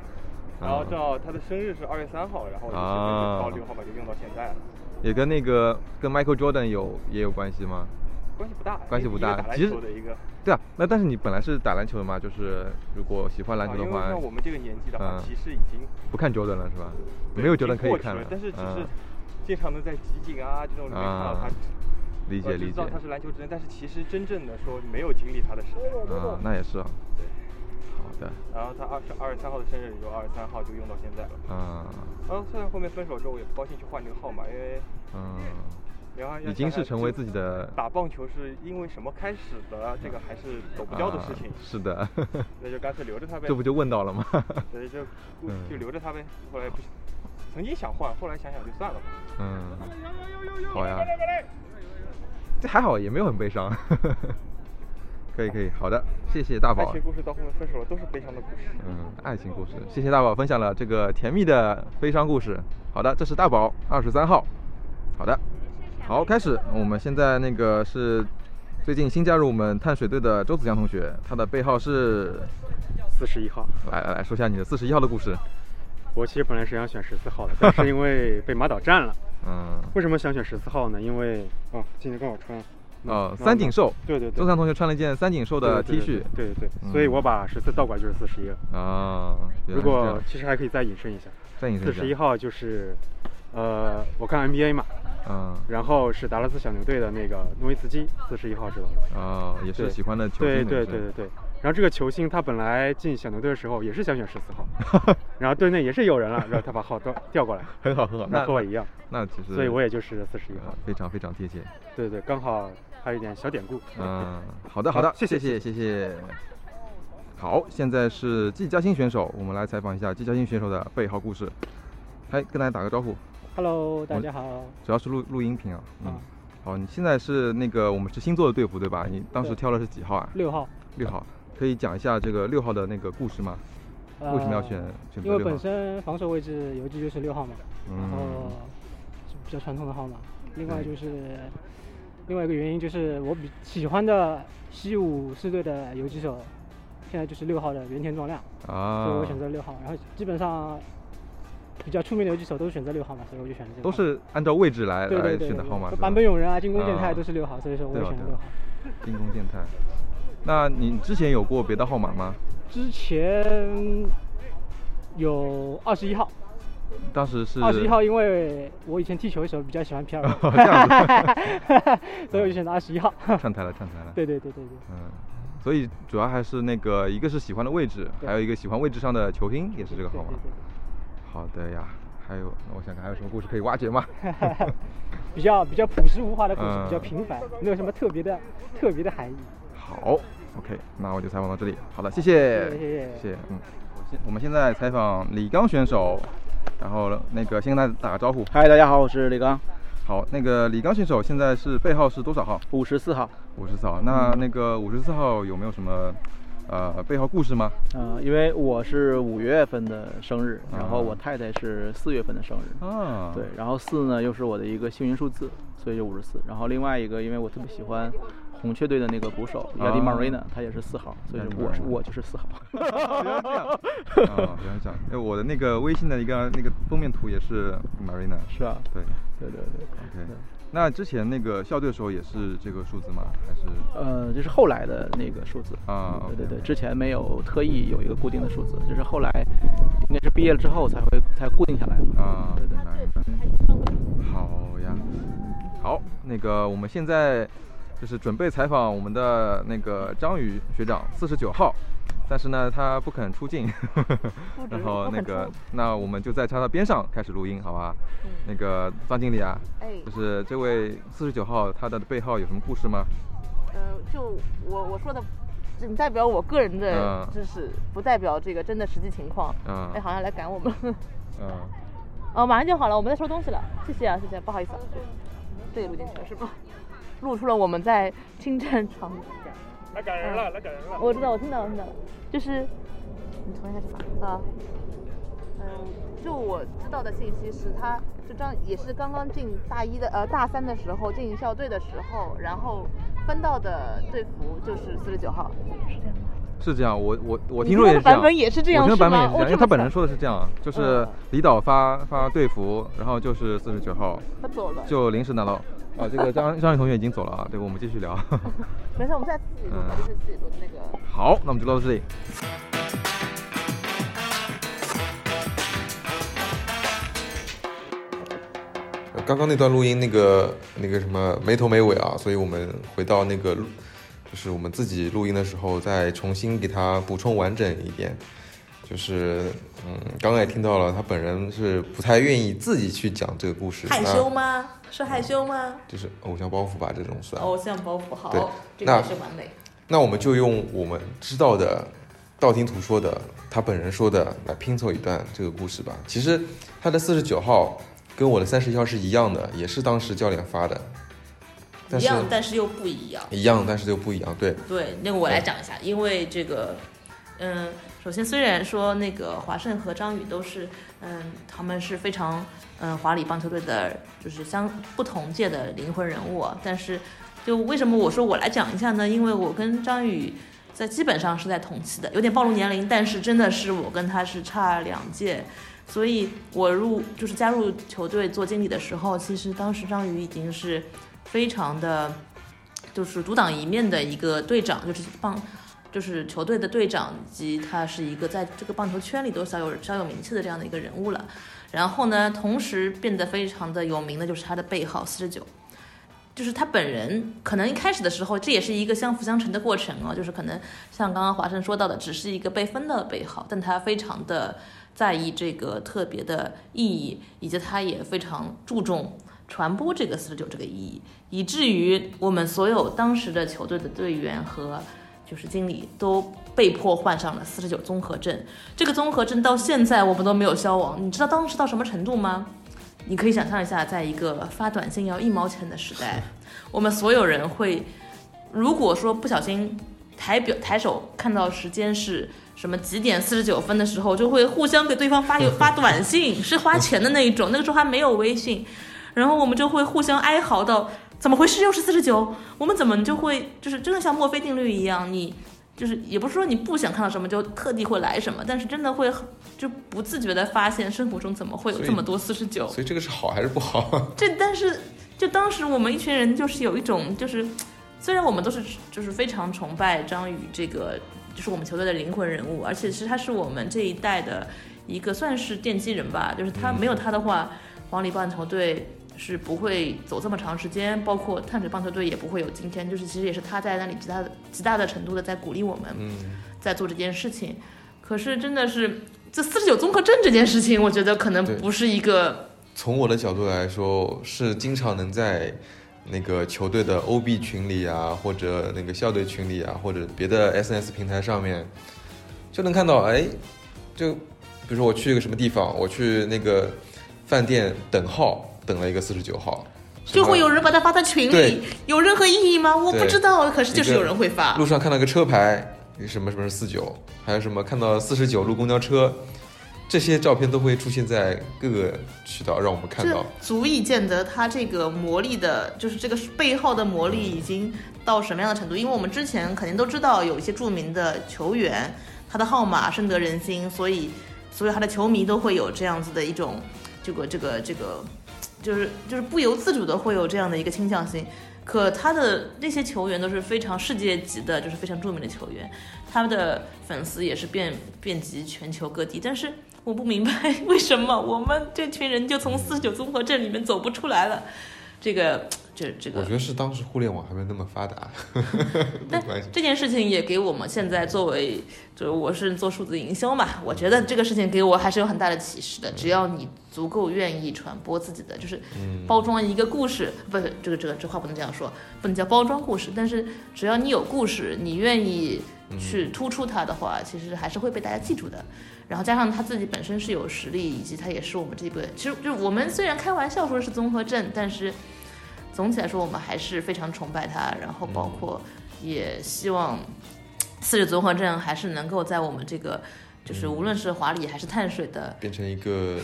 Speaker 9: 然后
Speaker 1: 啊
Speaker 9: 正好他的生日是二月三号，然后我就身份
Speaker 1: 啊
Speaker 9: 证号这个号码就用到现在了，
Speaker 1: 也跟那个跟 Michael Jordan 有也有关系吗？
Speaker 9: 关系不大，
Speaker 1: 关系不大
Speaker 9: 一个打，篮
Speaker 1: 其实
Speaker 9: 球的一个。
Speaker 1: 对啊，那但是你本来是打篮球的嘛，就是如果喜欢篮球的话，
Speaker 9: 啊因为像我们这个年纪的话
Speaker 1: 嗯
Speaker 9: 其实已经
Speaker 1: 不看 Jordan 了是吧？
Speaker 9: 对
Speaker 1: 没有
Speaker 9: 已经
Speaker 1: Jordan 可以
Speaker 9: 过去
Speaker 1: 看
Speaker 9: 了，但是只是
Speaker 1: 嗯
Speaker 9: 经常能在集锦啊这种里面看到他。
Speaker 1: 啊理解
Speaker 9: 呃就
Speaker 1: 理
Speaker 9: 知
Speaker 1: 解
Speaker 9: 道他是篮球之人，但是其实真正的说没有经历他的时代。
Speaker 1: 啊，那也是啊。
Speaker 9: 对。
Speaker 1: 好的，
Speaker 9: 然后他二十二十三号的生日，就二十三号就用到现在了。
Speaker 1: 啊，
Speaker 9: 然后虽然后面分手之后，我也不高兴去换这个号码，因为
Speaker 1: 嗯，
Speaker 9: 然后要
Speaker 1: 已经
Speaker 9: 想想
Speaker 1: 是成为
Speaker 9: 这
Speaker 1: 自己的
Speaker 9: 打棒球是因为什么开始的，啊这个还是走不掉的事情。
Speaker 1: 啊是的
Speaker 9: 那就干脆留着它呗。
Speaker 1: 这不就问到了吗
Speaker 9: 对， 就
Speaker 1: 嗯
Speaker 9: 就留着它呗。后来不行，曾经想换，后来想想就算了吧。
Speaker 1: 嗯，好呀，这还好，也没有很悲伤。 可以可以，好的，谢谢大
Speaker 9: 爱
Speaker 1: 宝
Speaker 9: 情。故事到后面分手了，都是悲伤的故事。
Speaker 1: 嗯，爱情故事，谢谢大宝分享了这个甜蜜的悲伤故事。好的，这是大宝二十三号。好的，好，开始。我们现在那个是最近新加入我们探水队的周子江同学，他的背号是
Speaker 10: 四十一号。
Speaker 1: 来来来说一下你的四十一号的故事。
Speaker 10: 我其实本来是想选十四号的， 但是因为被马导占了。
Speaker 1: 嗯，
Speaker 10: 为什么想选十四号呢？因为哦，今天刚好穿。
Speaker 1: 呃，
Speaker 10: 那
Speaker 1: 三井寿，
Speaker 10: 嗯对对对，
Speaker 1: 周子江同学穿了一件三井寿的
Speaker 10: 对
Speaker 1: T
Speaker 10: 对对
Speaker 1: 恤，
Speaker 10: 对对对，所以我把十四倒过来就是四十一了。
Speaker 1: 啊，原来
Speaker 10: 如
Speaker 1: 是这样
Speaker 10: 果其实还可以再引申一下，
Speaker 1: 再引申一
Speaker 10: 四
Speaker 1: 下
Speaker 10: 十一号就是，呃，我看 NBA 嘛，
Speaker 1: 嗯，
Speaker 10: 然后是达拉斯小牛队的那个诺维茨基，四十一号知道吗？
Speaker 1: 啊，也是
Speaker 10: 对
Speaker 1: 喜欢的球星
Speaker 10: 对
Speaker 1: 的
Speaker 10: 对
Speaker 1: 也是
Speaker 10: 对对对。然后这个球星他本来进小牛队的时候也是想选十 四号，然后队内也是有人了，然后他把号调调过来，
Speaker 1: 很好很好，
Speaker 10: 那
Speaker 1: 那
Speaker 10: 和我一样，
Speaker 1: 那其实
Speaker 10: 所以我也就是四十一号
Speaker 1: 呃，非常非常贴切。
Speaker 10: 对对，刚好还有一点小典故，
Speaker 1: 嗯，好的好的，
Speaker 10: 谢
Speaker 1: 谢
Speaker 10: 谢
Speaker 1: 谢谢谢。好，现在是季嘉欣选手，我们来采访一下季嘉欣选手的背号故事。嗨，跟大家打个招呼。
Speaker 11: Hello，大
Speaker 1: 我
Speaker 11: 家好。
Speaker 1: 主要是录录音频啊。嗯。好，你现在是那个我们是星座的队服对吧？你当时
Speaker 11: 对
Speaker 1: 挑的是几号啊？
Speaker 11: 六号。
Speaker 1: 六号，可以讲一下这个六号的那个故事吗？为什么要选
Speaker 11: 呃因
Speaker 1: 选择
Speaker 11: 为
Speaker 1: 六号
Speaker 11: 本？身防守位置游击就是六号嘛，然
Speaker 1: 嗯
Speaker 11: 后是比较传统的号码。另外
Speaker 1: 对
Speaker 11: 就是另外一个原因就是我比喜欢的西武狮队的游击手，现在就是六号的原田壮亮，
Speaker 1: 啊
Speaker 11: 所以我选择六号。然后基本上比较出名的游击手都是选择六号嘛，所以我就选了这个号
Speaker 1: 都
Speaker 11: 码。
Speaker 1: 是按照位置来
Speaker 11: 对对
Speaker 1: 来
Speaker 11: 对
Speaker 1: 选的
Speaker 11: 对
Speaker 1: 号码。是吧
Speaker 11: 坂本勇人啊进攻健太
Speaker 1: 啊
Speaker 11: 都是六号所以说我也
Speaker 1: 对吧
Speaker 11: 选了
Speaker 1: 对吧
Speaker 11: 六号
Speaker 1: 进攻健太，那你之前有过别的号码吗？
Speaker 11: 之前有二十一号，
Speaker 1: 当时是哦
Speaker 11: 二十一号，因为我以前踢球的时候比较喜欢皮尔 洛
Speaker 1: 这样，
Speaker 11: 所以我就选择二十一号。
Speaker 1: 串台了，串台了。
Speaker 11: 对对对对对，
Speaker 1: 嗯，所以主要还是那个，一个是喜欢的位置，
Speaker 11: 对
Speaker 1: 还有一个喜欢位置上的球星，也是这个号码
Speaker 11: 对对。
Speaker 1: 好的呀，还有，那我想看还有什么故事可以挖掘吗？
Speaker 11: 比较比较朴实无华的故事，
Speaker 1: 嗯
Speaker 11: 比较平凡，没有什么特别的特别的含义。
Speaker 1: 好，OK，那我就采访到这里。好的，谢谢，
Speaker 11: 谢谢谢谢
Speaker 1: 谢谢，嗯，我现我们现在采访李刚选手，然后那个先跟他打个招呼。
Speaker 12: 嗨，大家好，我是李刚。
Speaker 1: 好，那个李刚选手现在是背号是多少号？
Speaker 12: 五十四号。
Speaker 1: 五十四号，那那个呃五十四号有没有什么呃背号 故事吗？
Speaker 12: 呃，因为我是五月份的生日，然后
Speaker 1: 啊
Speaker 12: 我太太是四月份的生日，
Speaker 1: 啊
Speaker 12: 对，然后四呢又是我的一个幸运数字，所以就五十四。然后另外一个，因为我特别喜欢红雀队的那个捕手亚迪
Speaker 1: 啊
Speaker 12: 马瑞纳，他也是四号，所以
Speaker 1: Yadi
Speaker 12: 我是
Speaker 1: Marina
Speaker 12: 我就是四号。
Speaker 1: 啊，原来这样。哎，我的那个微信的一个那个封面图也是 Marina。
Speaker 12: 是啊。
Speaker 1: 对。
Speaker 12: 对对对。
Speaker 1: OK。那之前那个校队的时候也是这个数字吗？还是？
Speaker 12: 呃，这是后来的那个数字
Speaker 1: 啊
Speaker 12: 对对对，之前没有特意有一个固定的数字，就是后来应该是毕业了之后才会才固定下来的
Speaker 1: 啊，
Speaker 12: 对对
Speaker 1: 好呀，好，那个我们现在就是准备采访我们的那个张宇学长，四十九号，但是呢他不肯出镜， 然后那个那我们就在他的边上开始录音，好吧？那个张经理啊，
Speaker 5: 哎
Speaker 1: 就是这位四十九号，他的背号有什么故事吗？
Speaker 5: 呃，就我我说的，仅代表我个人的
Speaker 1: 嗯
Speaker 5: 知识，不代表这个真的实际情况。
Speaker 1: 嗯
Speaker 5: 哎，好像来赶我们了。
Speaker 1: 嗯，
Speaker 5: 哦，马上就好了，我们在收东西了。谢谢啊，谢谢，不好意思啊，这也录进去了是吧？ 录出了我们在清战场。
Speaker 13: 来赶人了，来赶人了。
Speaker 5: 我知道，我听到，我听到，就是你重新开始吧。啊，嗯，就我知道的信息是，他就张也是刚刚进大一的呃大三的时候进校队的时候，然后分到的队服就是四十九号。是这样吗？
Speaker 1: 是这样，我我我
Speaker 5: 你
Speaker 1: 听说也
Speaker 5: 听
Speaker 1: 是这样，
Speaker 5: 到的版本也是这样
Speaker 1: 我听
Speaker 5: 是
Speaker 1: 的版本也
Speaker 5: 吗
Speaker 1: 是这
Speaker 5: 哦
Speaker 1: 样，因
Speaker 5: 这
Speaker 1: 为
Speaker 5: 么
Speaker 1: 他本
Speaker 5: 巧
Speaker 1: 人说的是这样，就是
Speaker 5: 嗯
Speaker 1: 李导发发队服，然后就是四十九号，
Speaker 5: 他走了。
Speaker 1: 就临时拿到。啊，这个张 张宇同学已经走了啊，这个我们继续聊。
Speaker 5: 没事，我们下次自己录吧，
Speaker 1: 嗯
Speaker 5: 就是自己录的那个。
Speaker 1: 好，那我们就到这里。
Speaker 14: 呃刚刚那段录音那个那个什么没头没尾啊，所以我们回到那个录，就是我们自己录音的时候再重新给他补充完整一点。就是嗯，刚刚也听到了，他本人是不太愿意自己去讲这个故事，
Speaker 2: 害羞
Speaker 14: 那
Speaker 2: 吗？是害羞吗？
Speaker 14: 就是偶像包袱吧，这种算。
Speaker 2: 偶像包袱好
Speaker 14: 对，
Speaker 2: 这
Speaker 14: 那
Speaker 2: 个是完美。
Speaker 14: 那我们就用我们知道的、道听途说的、他本人说的来拼凑一段这个故事吧。其实他的四十九号跟我的三十一号是一样的，也是当时教练发的，但
Speaker 2: 一
Speaker 14: 是
Speaker 2: 样，但是又不一样。
Speaker 14: 一样，但是又不一样。对，
Speaker 2: 对，那个我来讲一下，因为这个，嗯，首先虽然说那个华盛和张宇都是，嗯，他们是非常，嗯，华理棒球队的，就是相不同届的灵魂人物啊，但是就为什么我说我来讲一下呢？因为我跟张宇在基本上是在同期的，有点暴露年龄，但是真的是我跟他是差两届。所以，我入就是加入球队做经理的时候，其实当时张宇已经是非常的，就是独当一面的一个队长，就是棒，就是球队的队长，以及他是一个在这个棒球圈里都小有小有名气的这样的一个人物了。然后呢，同时变得非常的有名的就是他的背号四十九，就是他本人可能一开始的时候，这也是一个相辅相成的过程哦，就是可能像刚刚华生说到的，只是一个被分到的背号，但他非常的在意这个特别的意义，以及他也非常注重传播这个四十九这个意义，以至于我们所有当时的球队的队员和就是经理都被迫患上了四十九综合症。这个综合症到现在我们都没有消亡，你知道当时到什么程度吗？你可以想象一下，在一个发短信要一毛钱的时代， 我们所有人会，如果说不小心抬表抬手看到时间是什么几点四十九分的时候，就会互相给对方发邮发短信，是花钱的那一种。那个时候还没有微信，然后我们就会互相哀嚎到怎么回事又是四十九，我们怎么就会就是真的像墨菲定律一样，你就是也不是说你不想看到什么就特地会来什么，但是真的会就不自觉的发现生活中怎么会有
Speaker 14: 所以
Speaker 2: 这么多四十九。
Speaker 14: 所以这个是好还是不好？
Speaker 2: 这但是就当时我们一群人就是有一种就是，虽然我们都是就是非常崇拜张宇这个就是我们球队的灵魂人物，而且是他是我们这一代的一个算是奠基人吧，就是他没有他的话，黄里棒球队。是不会走这么长时间，包括碳水棒球队也不会有今天。就是其实也是他在那里极大的极大的程度的在鼓励我们，在做这件事情。可是真的是这四十九综合症这件事情，我觉得可能
Speaker 14: 对
Speaker 2: 不是一个
Speaker 14: 从我的角度来说，是经常能在
Speaker 1: 那个球队的 OB 群里啊，或者那个校队群里啊，或者别的 SNS 平台上面，就能看到，哎，就比如说我去一个什么地方，我去那个饭店等号，等了一个四十九号，
Speaker 2: 就会有人把它发到群
Speaker 1: 对
Speaker 2: 里，有任何意义吗？我不
Speaker 1: 对
Speaker 2: 知道，啊可是就是
Speaker 1: 一个
Speaker 2: 有人会发。
Speaker 1: 路上看到个车牌，什么什么是四九，还有什么看到四十九路公交车，这些照片都会出现在各个渠道让我们看
Speaker 2: 这
Speaker 1: 到。
Speaker 2: 足以见得它这个魔力的，就是这个背后的魔力已经到什么样的程度。因为我们之前肯定都知道，有一些著名的球员，他的号码深得人心，所以所有他的球迷都会有这样子的一种这个这个这个，就是就是不由自主的会有这样的一个倾向性。可他的那些球员都是非常世界级的，就是非常著名的球员，他的粉丝也是遍遍及全球各地。但是我不明白为什么我们这群人就从四十九综合症里面走不出来了。这个这这
Speaker 1: 我
Speaker 2: 个
Speaker 1: 觉得是当时互联网还没那么发 达，没 关系。
Speaker 2: 这件事情也给我们现在作为，就是我是做数字营销嘛，我觉得这个事情给我还是有很大的启示的。只要你足够愿意传播自己的，就是
Speaker 5: 嗯
Speaker 2: 包装一个故事，不是这个这个这话不能这样说，不能叫包装故事。但是只要你有故事，你愿意去突出它的话，其实还是会被大家记住的。然后加上他自己本身是有实力，以及他也是我们这个，其实就是我们虽然开玩笑说是综合症，但是总体来说我们还是非常崇拜他，然后包
Speaker 1: 嗯
Speaker 2: 括也希望四十综合症还是能够在我们这个就是
Speaker 1: 嗯
Speaker 2: 无论是华理还是碳水的
Speaker 1: 变成一个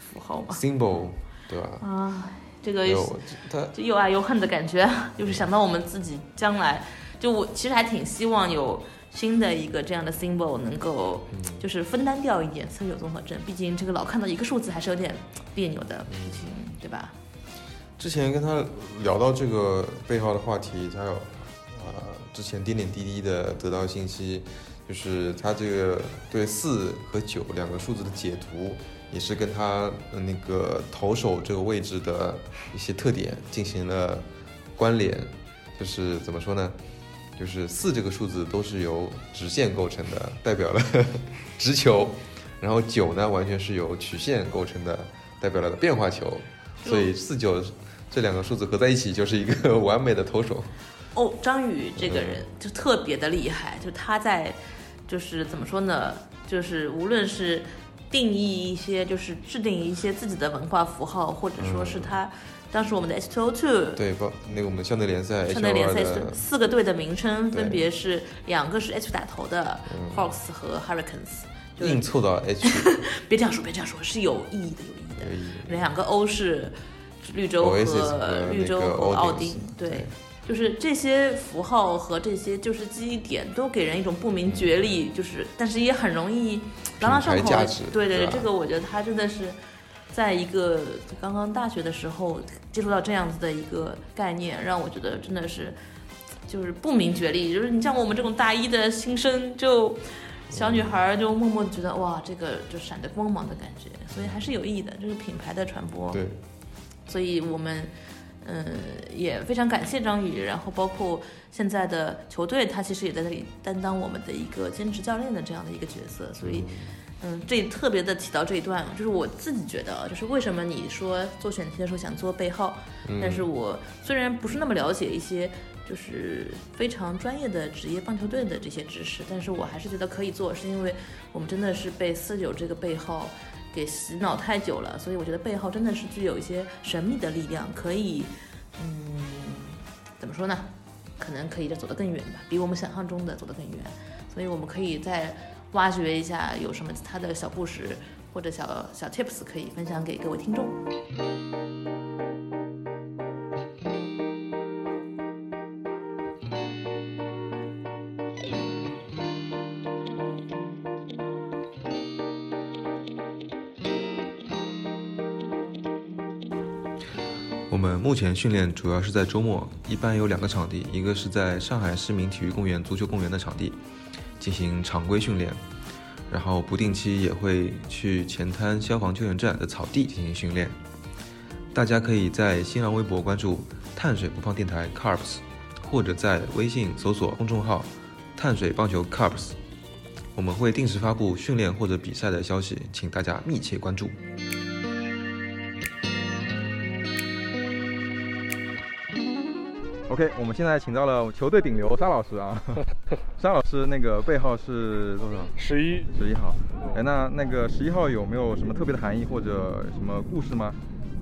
Speaker 2: 符号吧
Speaker 1: symbol，对吧？
Speaker 2: 啊，这个
Speaker 1: 没有嗯他
Speaker 2: 就又爱又恨的感觉，啊就是想到我们自己将来，就我其实还挺希望有新的一个这样的 symbol 能够，
Speaker 1: 嗯
Speaker 2: 就是分担掉一点四十九综合症，毕竟这个老看到一个数字还是有点别扭的，
Speaker 1: 嗯
Speaker 2: 毕竟对吧？
Speaker 1: 之前跟他聊到这个背后的话题，他有呃之前点点滴滴的得到信息，就是他这个对四和九两个数字的解读，也是跟他呃那个投手这个位置的一些特点进行了关联，就是怎么说呢？就是四这个数字都是由直线构成的，代表了 直球，然后九呢完全是由曲线构成的，代表了变化球，所以四九这两个数字合在一起就是一个 完美的投手。
Speaker 2: 哦，张宇这个
Speaker 1: 嗯
Speaker 2: 人就特别的厉害，就他在，就是怎么说呢，就是无论是定义一些，就是制定一些自己的文化符号，或者说
Speaker 1: 嗯
Speaker 2: 是他、当时我们的 H2O2
Speaker 1: 对，包那个我们校内联赛，
Speaker 2: 校内联赛
Speaker 1: H2O2 的
Speaker 2: 四四个队的名称
Speaker 1: 对
Speaker 2: 分别是两个是 H 打头的、
Speaker 1: 嗯
Speaker 2: Hawks 和 Hurricanes，就
Speaker 1: 硬凑到 H，
Speaker 2: 别这样说，别这样说，是有意义的，有
Speaker 1: 有
Speaker 2: 意义的。
Speaker 1: 意义
Speaker 2: 两个 O 是绿洲
Speaker 1: Oasis 和
Speaker 2: 和绿洲
Speaker 1: 那个
Speaker 2: 和奥丁
Speaker 1: Aldins，，
Speaker 2: 对，就是这些符号和这些就是记忆点都给人一种不明觉厉，就是但是也很容易朗朗上
Speaker 1: 嗯品
Speaker 2: 口
Speaker 1: 牌价值。
Speaker 2: 对对
Speaker 1: 对吧
Speaker 2: 这个我觉得他真的是在一个刚刚大学的时候接触到这样子的一个概念，让我觉得真的是就是不明觉厉，就是你像我们这种大一的新生就。小女孩儿就默默地觉得哇，这个就闪着光芒的感觉，所以还是有意义的，这是品牌的传播。
Speaker 1: 对，
Speaker 2: 所以我们嗯也非常感谢张宇，然后包括现在的球队，他其实也在这里担当我们的一个兼职教练的这样的一个角色，所以。嗯，这里特别的提到这一段，就是我自己觉得啊，就是为什么你说做选题的时候想做背号，
Speaker 5: 嗯
Speaker 2: 但是我虽然不是那么了解一些就是非常专业的职业棒球队的这些知识，但是我还是觉得可以做，是因为我们真的是被四九这个背号给洗脑太久了，所以我觉得背号真的是具有一些神秘的力量，可以，嗯，怎么说呢？可能可以再走得更远吧，比我们想象中的走得更远。所以我们可以再挖掘一下有什么其他的小故事或者小小 tips 可以分享给各位听众。
Speaker 1: 我们目前训练主要是在周末，一般有两个场地，一个是在上海市民体育公园足球公园的场地进行常规训练，然后不定期也会去前滩消防救援站的草地进行训练。大家可以在新浪微博关注“碳水不胖电台 Carbs”，或者在微信搜索公众号“碳水棒球 Carbs”，我们会定时发布训练或者比赛的消息，请大家密切关注。
Speaker 5: 嗯
Speaker 10: OK，我们现在请到了球队顶流沙老师 啊，沙老师那个背号是多少？
Speaker 15: 十一，嗯
Speaker 10: 十一号。哎，那那个十一号有没有什么特别的含义或者什么故事吗？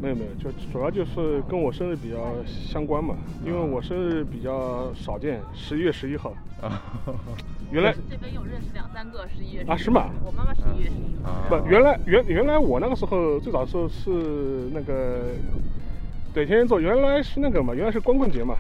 Speaker 15: 没有没有，就主要就是跟我生日比较相关嘛，因为我生日比较少见，十一月十一号
Speaker 10: 啊。
Speaker 15: 原 来
Speaker 5: 这边有认识两三个十一月
Speaker 15: 啊是吗
Speaker 5: 我妈妈十一月十一
Speaker 1: 啊
Speaker 5: 号。
Speaker 10: 啊
Speaker 15: 不，原来原原来我那个时候最早时候是那个，对天蝎座，原来是那个嘛，原来是光棍节嘛，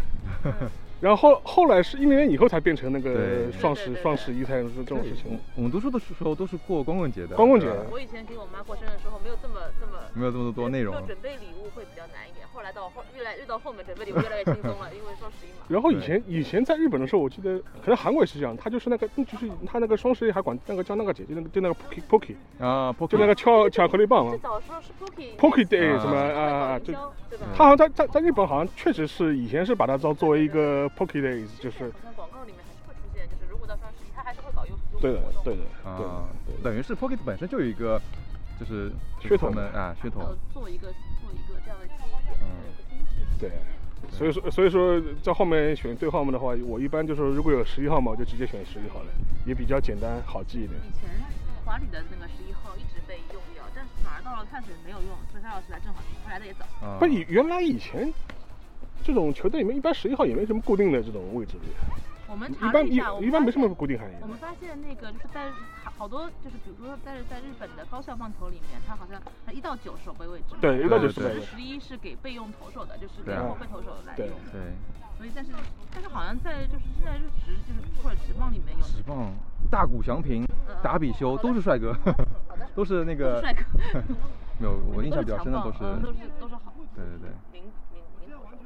Speaker 15: 然后后来是一年以后才变成那个
Speaker 10: 对
Speaker 15: 双十双十一才有这种事情。
Speaker 10: 我们读书的时候都是过光棍节的，
Speaker 15: 光棍节
Speaker 10: 对吧
Speaker 5: 我以前给我妈过生日的时候没有这么这么
Speaker 10: 没有这么多内容
Speaker 5: 要准备礼物会比较难一点。后来到后越来越到后面准备礼物越来越轻松了，因为双十一嘛。
Speaker 15: 然后以前以前在日本的时候，我记得可能韩国也是这样，他就是那个嗯就是他那个双十一还管那个叫那个节，就那个就那个 Pocky Pocky
Speaker 10: 啊
Speaker 15: 就那个巧巧克力棒嘛
Speaker 5: 最早说是 Pocky
Speaker 15: ，Pocky Day
Speaker 5: 啊
Speaker 15: 什么啊，就
Speaker 5: 对吧
Speaker 15: 他好像在在在日本好像确实是以前是把它当作为一个 Pocky Day，就是
Speaker 5: 像广告里面还是会出现，就是如果到双十一，他还是会搞优优
Speaker 15: 对的
Speaker 5: 惠活动
Speaker 15: 对的对的
Speaker 10: 啊，等于是 Pocket 本身就有一个就是
Speaker 15: 噱头
Speaker 10: 他们啊噱头
Speaker 5: 要，做一个做一个这样的记忆点，做一个心智。
Speaker 15: 对。
Speaker 10: 嗯
Speaker 15: 所以说，所以说在后面选对号码的话，我一般就是如果有十一号嘛，我就直接选十一号了，也比较简单好记一点。
Speaker 5: 以前华里的那个十一号一直被用掉，但是反而到了淡水没有用，所以沙老师来正好，他来的也早。
Speaker 15: 不，以原来以前这种球队里面，一般十一号也没什么固定的这种位置的，
Speaker 5: 我们
Speaker 15: 一
Speaker 5: 查了
Speaker 15: 般
Speaker 5: 一下，我
Speaker 15: 一
Speaker 5: 们
Speaker 15: 一般没什么固定含义。
Speaker 5: 我们发现那个就是在好多就是比如说在在日本的高校棒球里面，它好像一到九守备位置嘛，
Speaker 15: 对
Speaker 5: 然
Speaker 15: 1到
Speaker 5: 后
Speaker 15: 9守备位置
Speaker 5: 十一是给备用投手的，就是给
Speaker 15: 对啊
Speaker 5: 后备投手来
Speaker 15: 对
Speaker 5: 用。
Speaker 10: 对，
Speaker 5: 所以但是但是好像在就是现在日职就是或者职棒里面有
Speaker 10: 直棒、大谷翔平、达比修都是帅哥，都是那个
Speaker 5: 都是帅哥
Speaker 10: 没有，我印象比较
Speaker 5: 强
Speaker 10: 深的
Speaker 5: 棒
Speaker 10: 都是
Speaker 5: 嗯都是都是好
Speaker 10: 对对对。
Speaker 5: 名名名投手。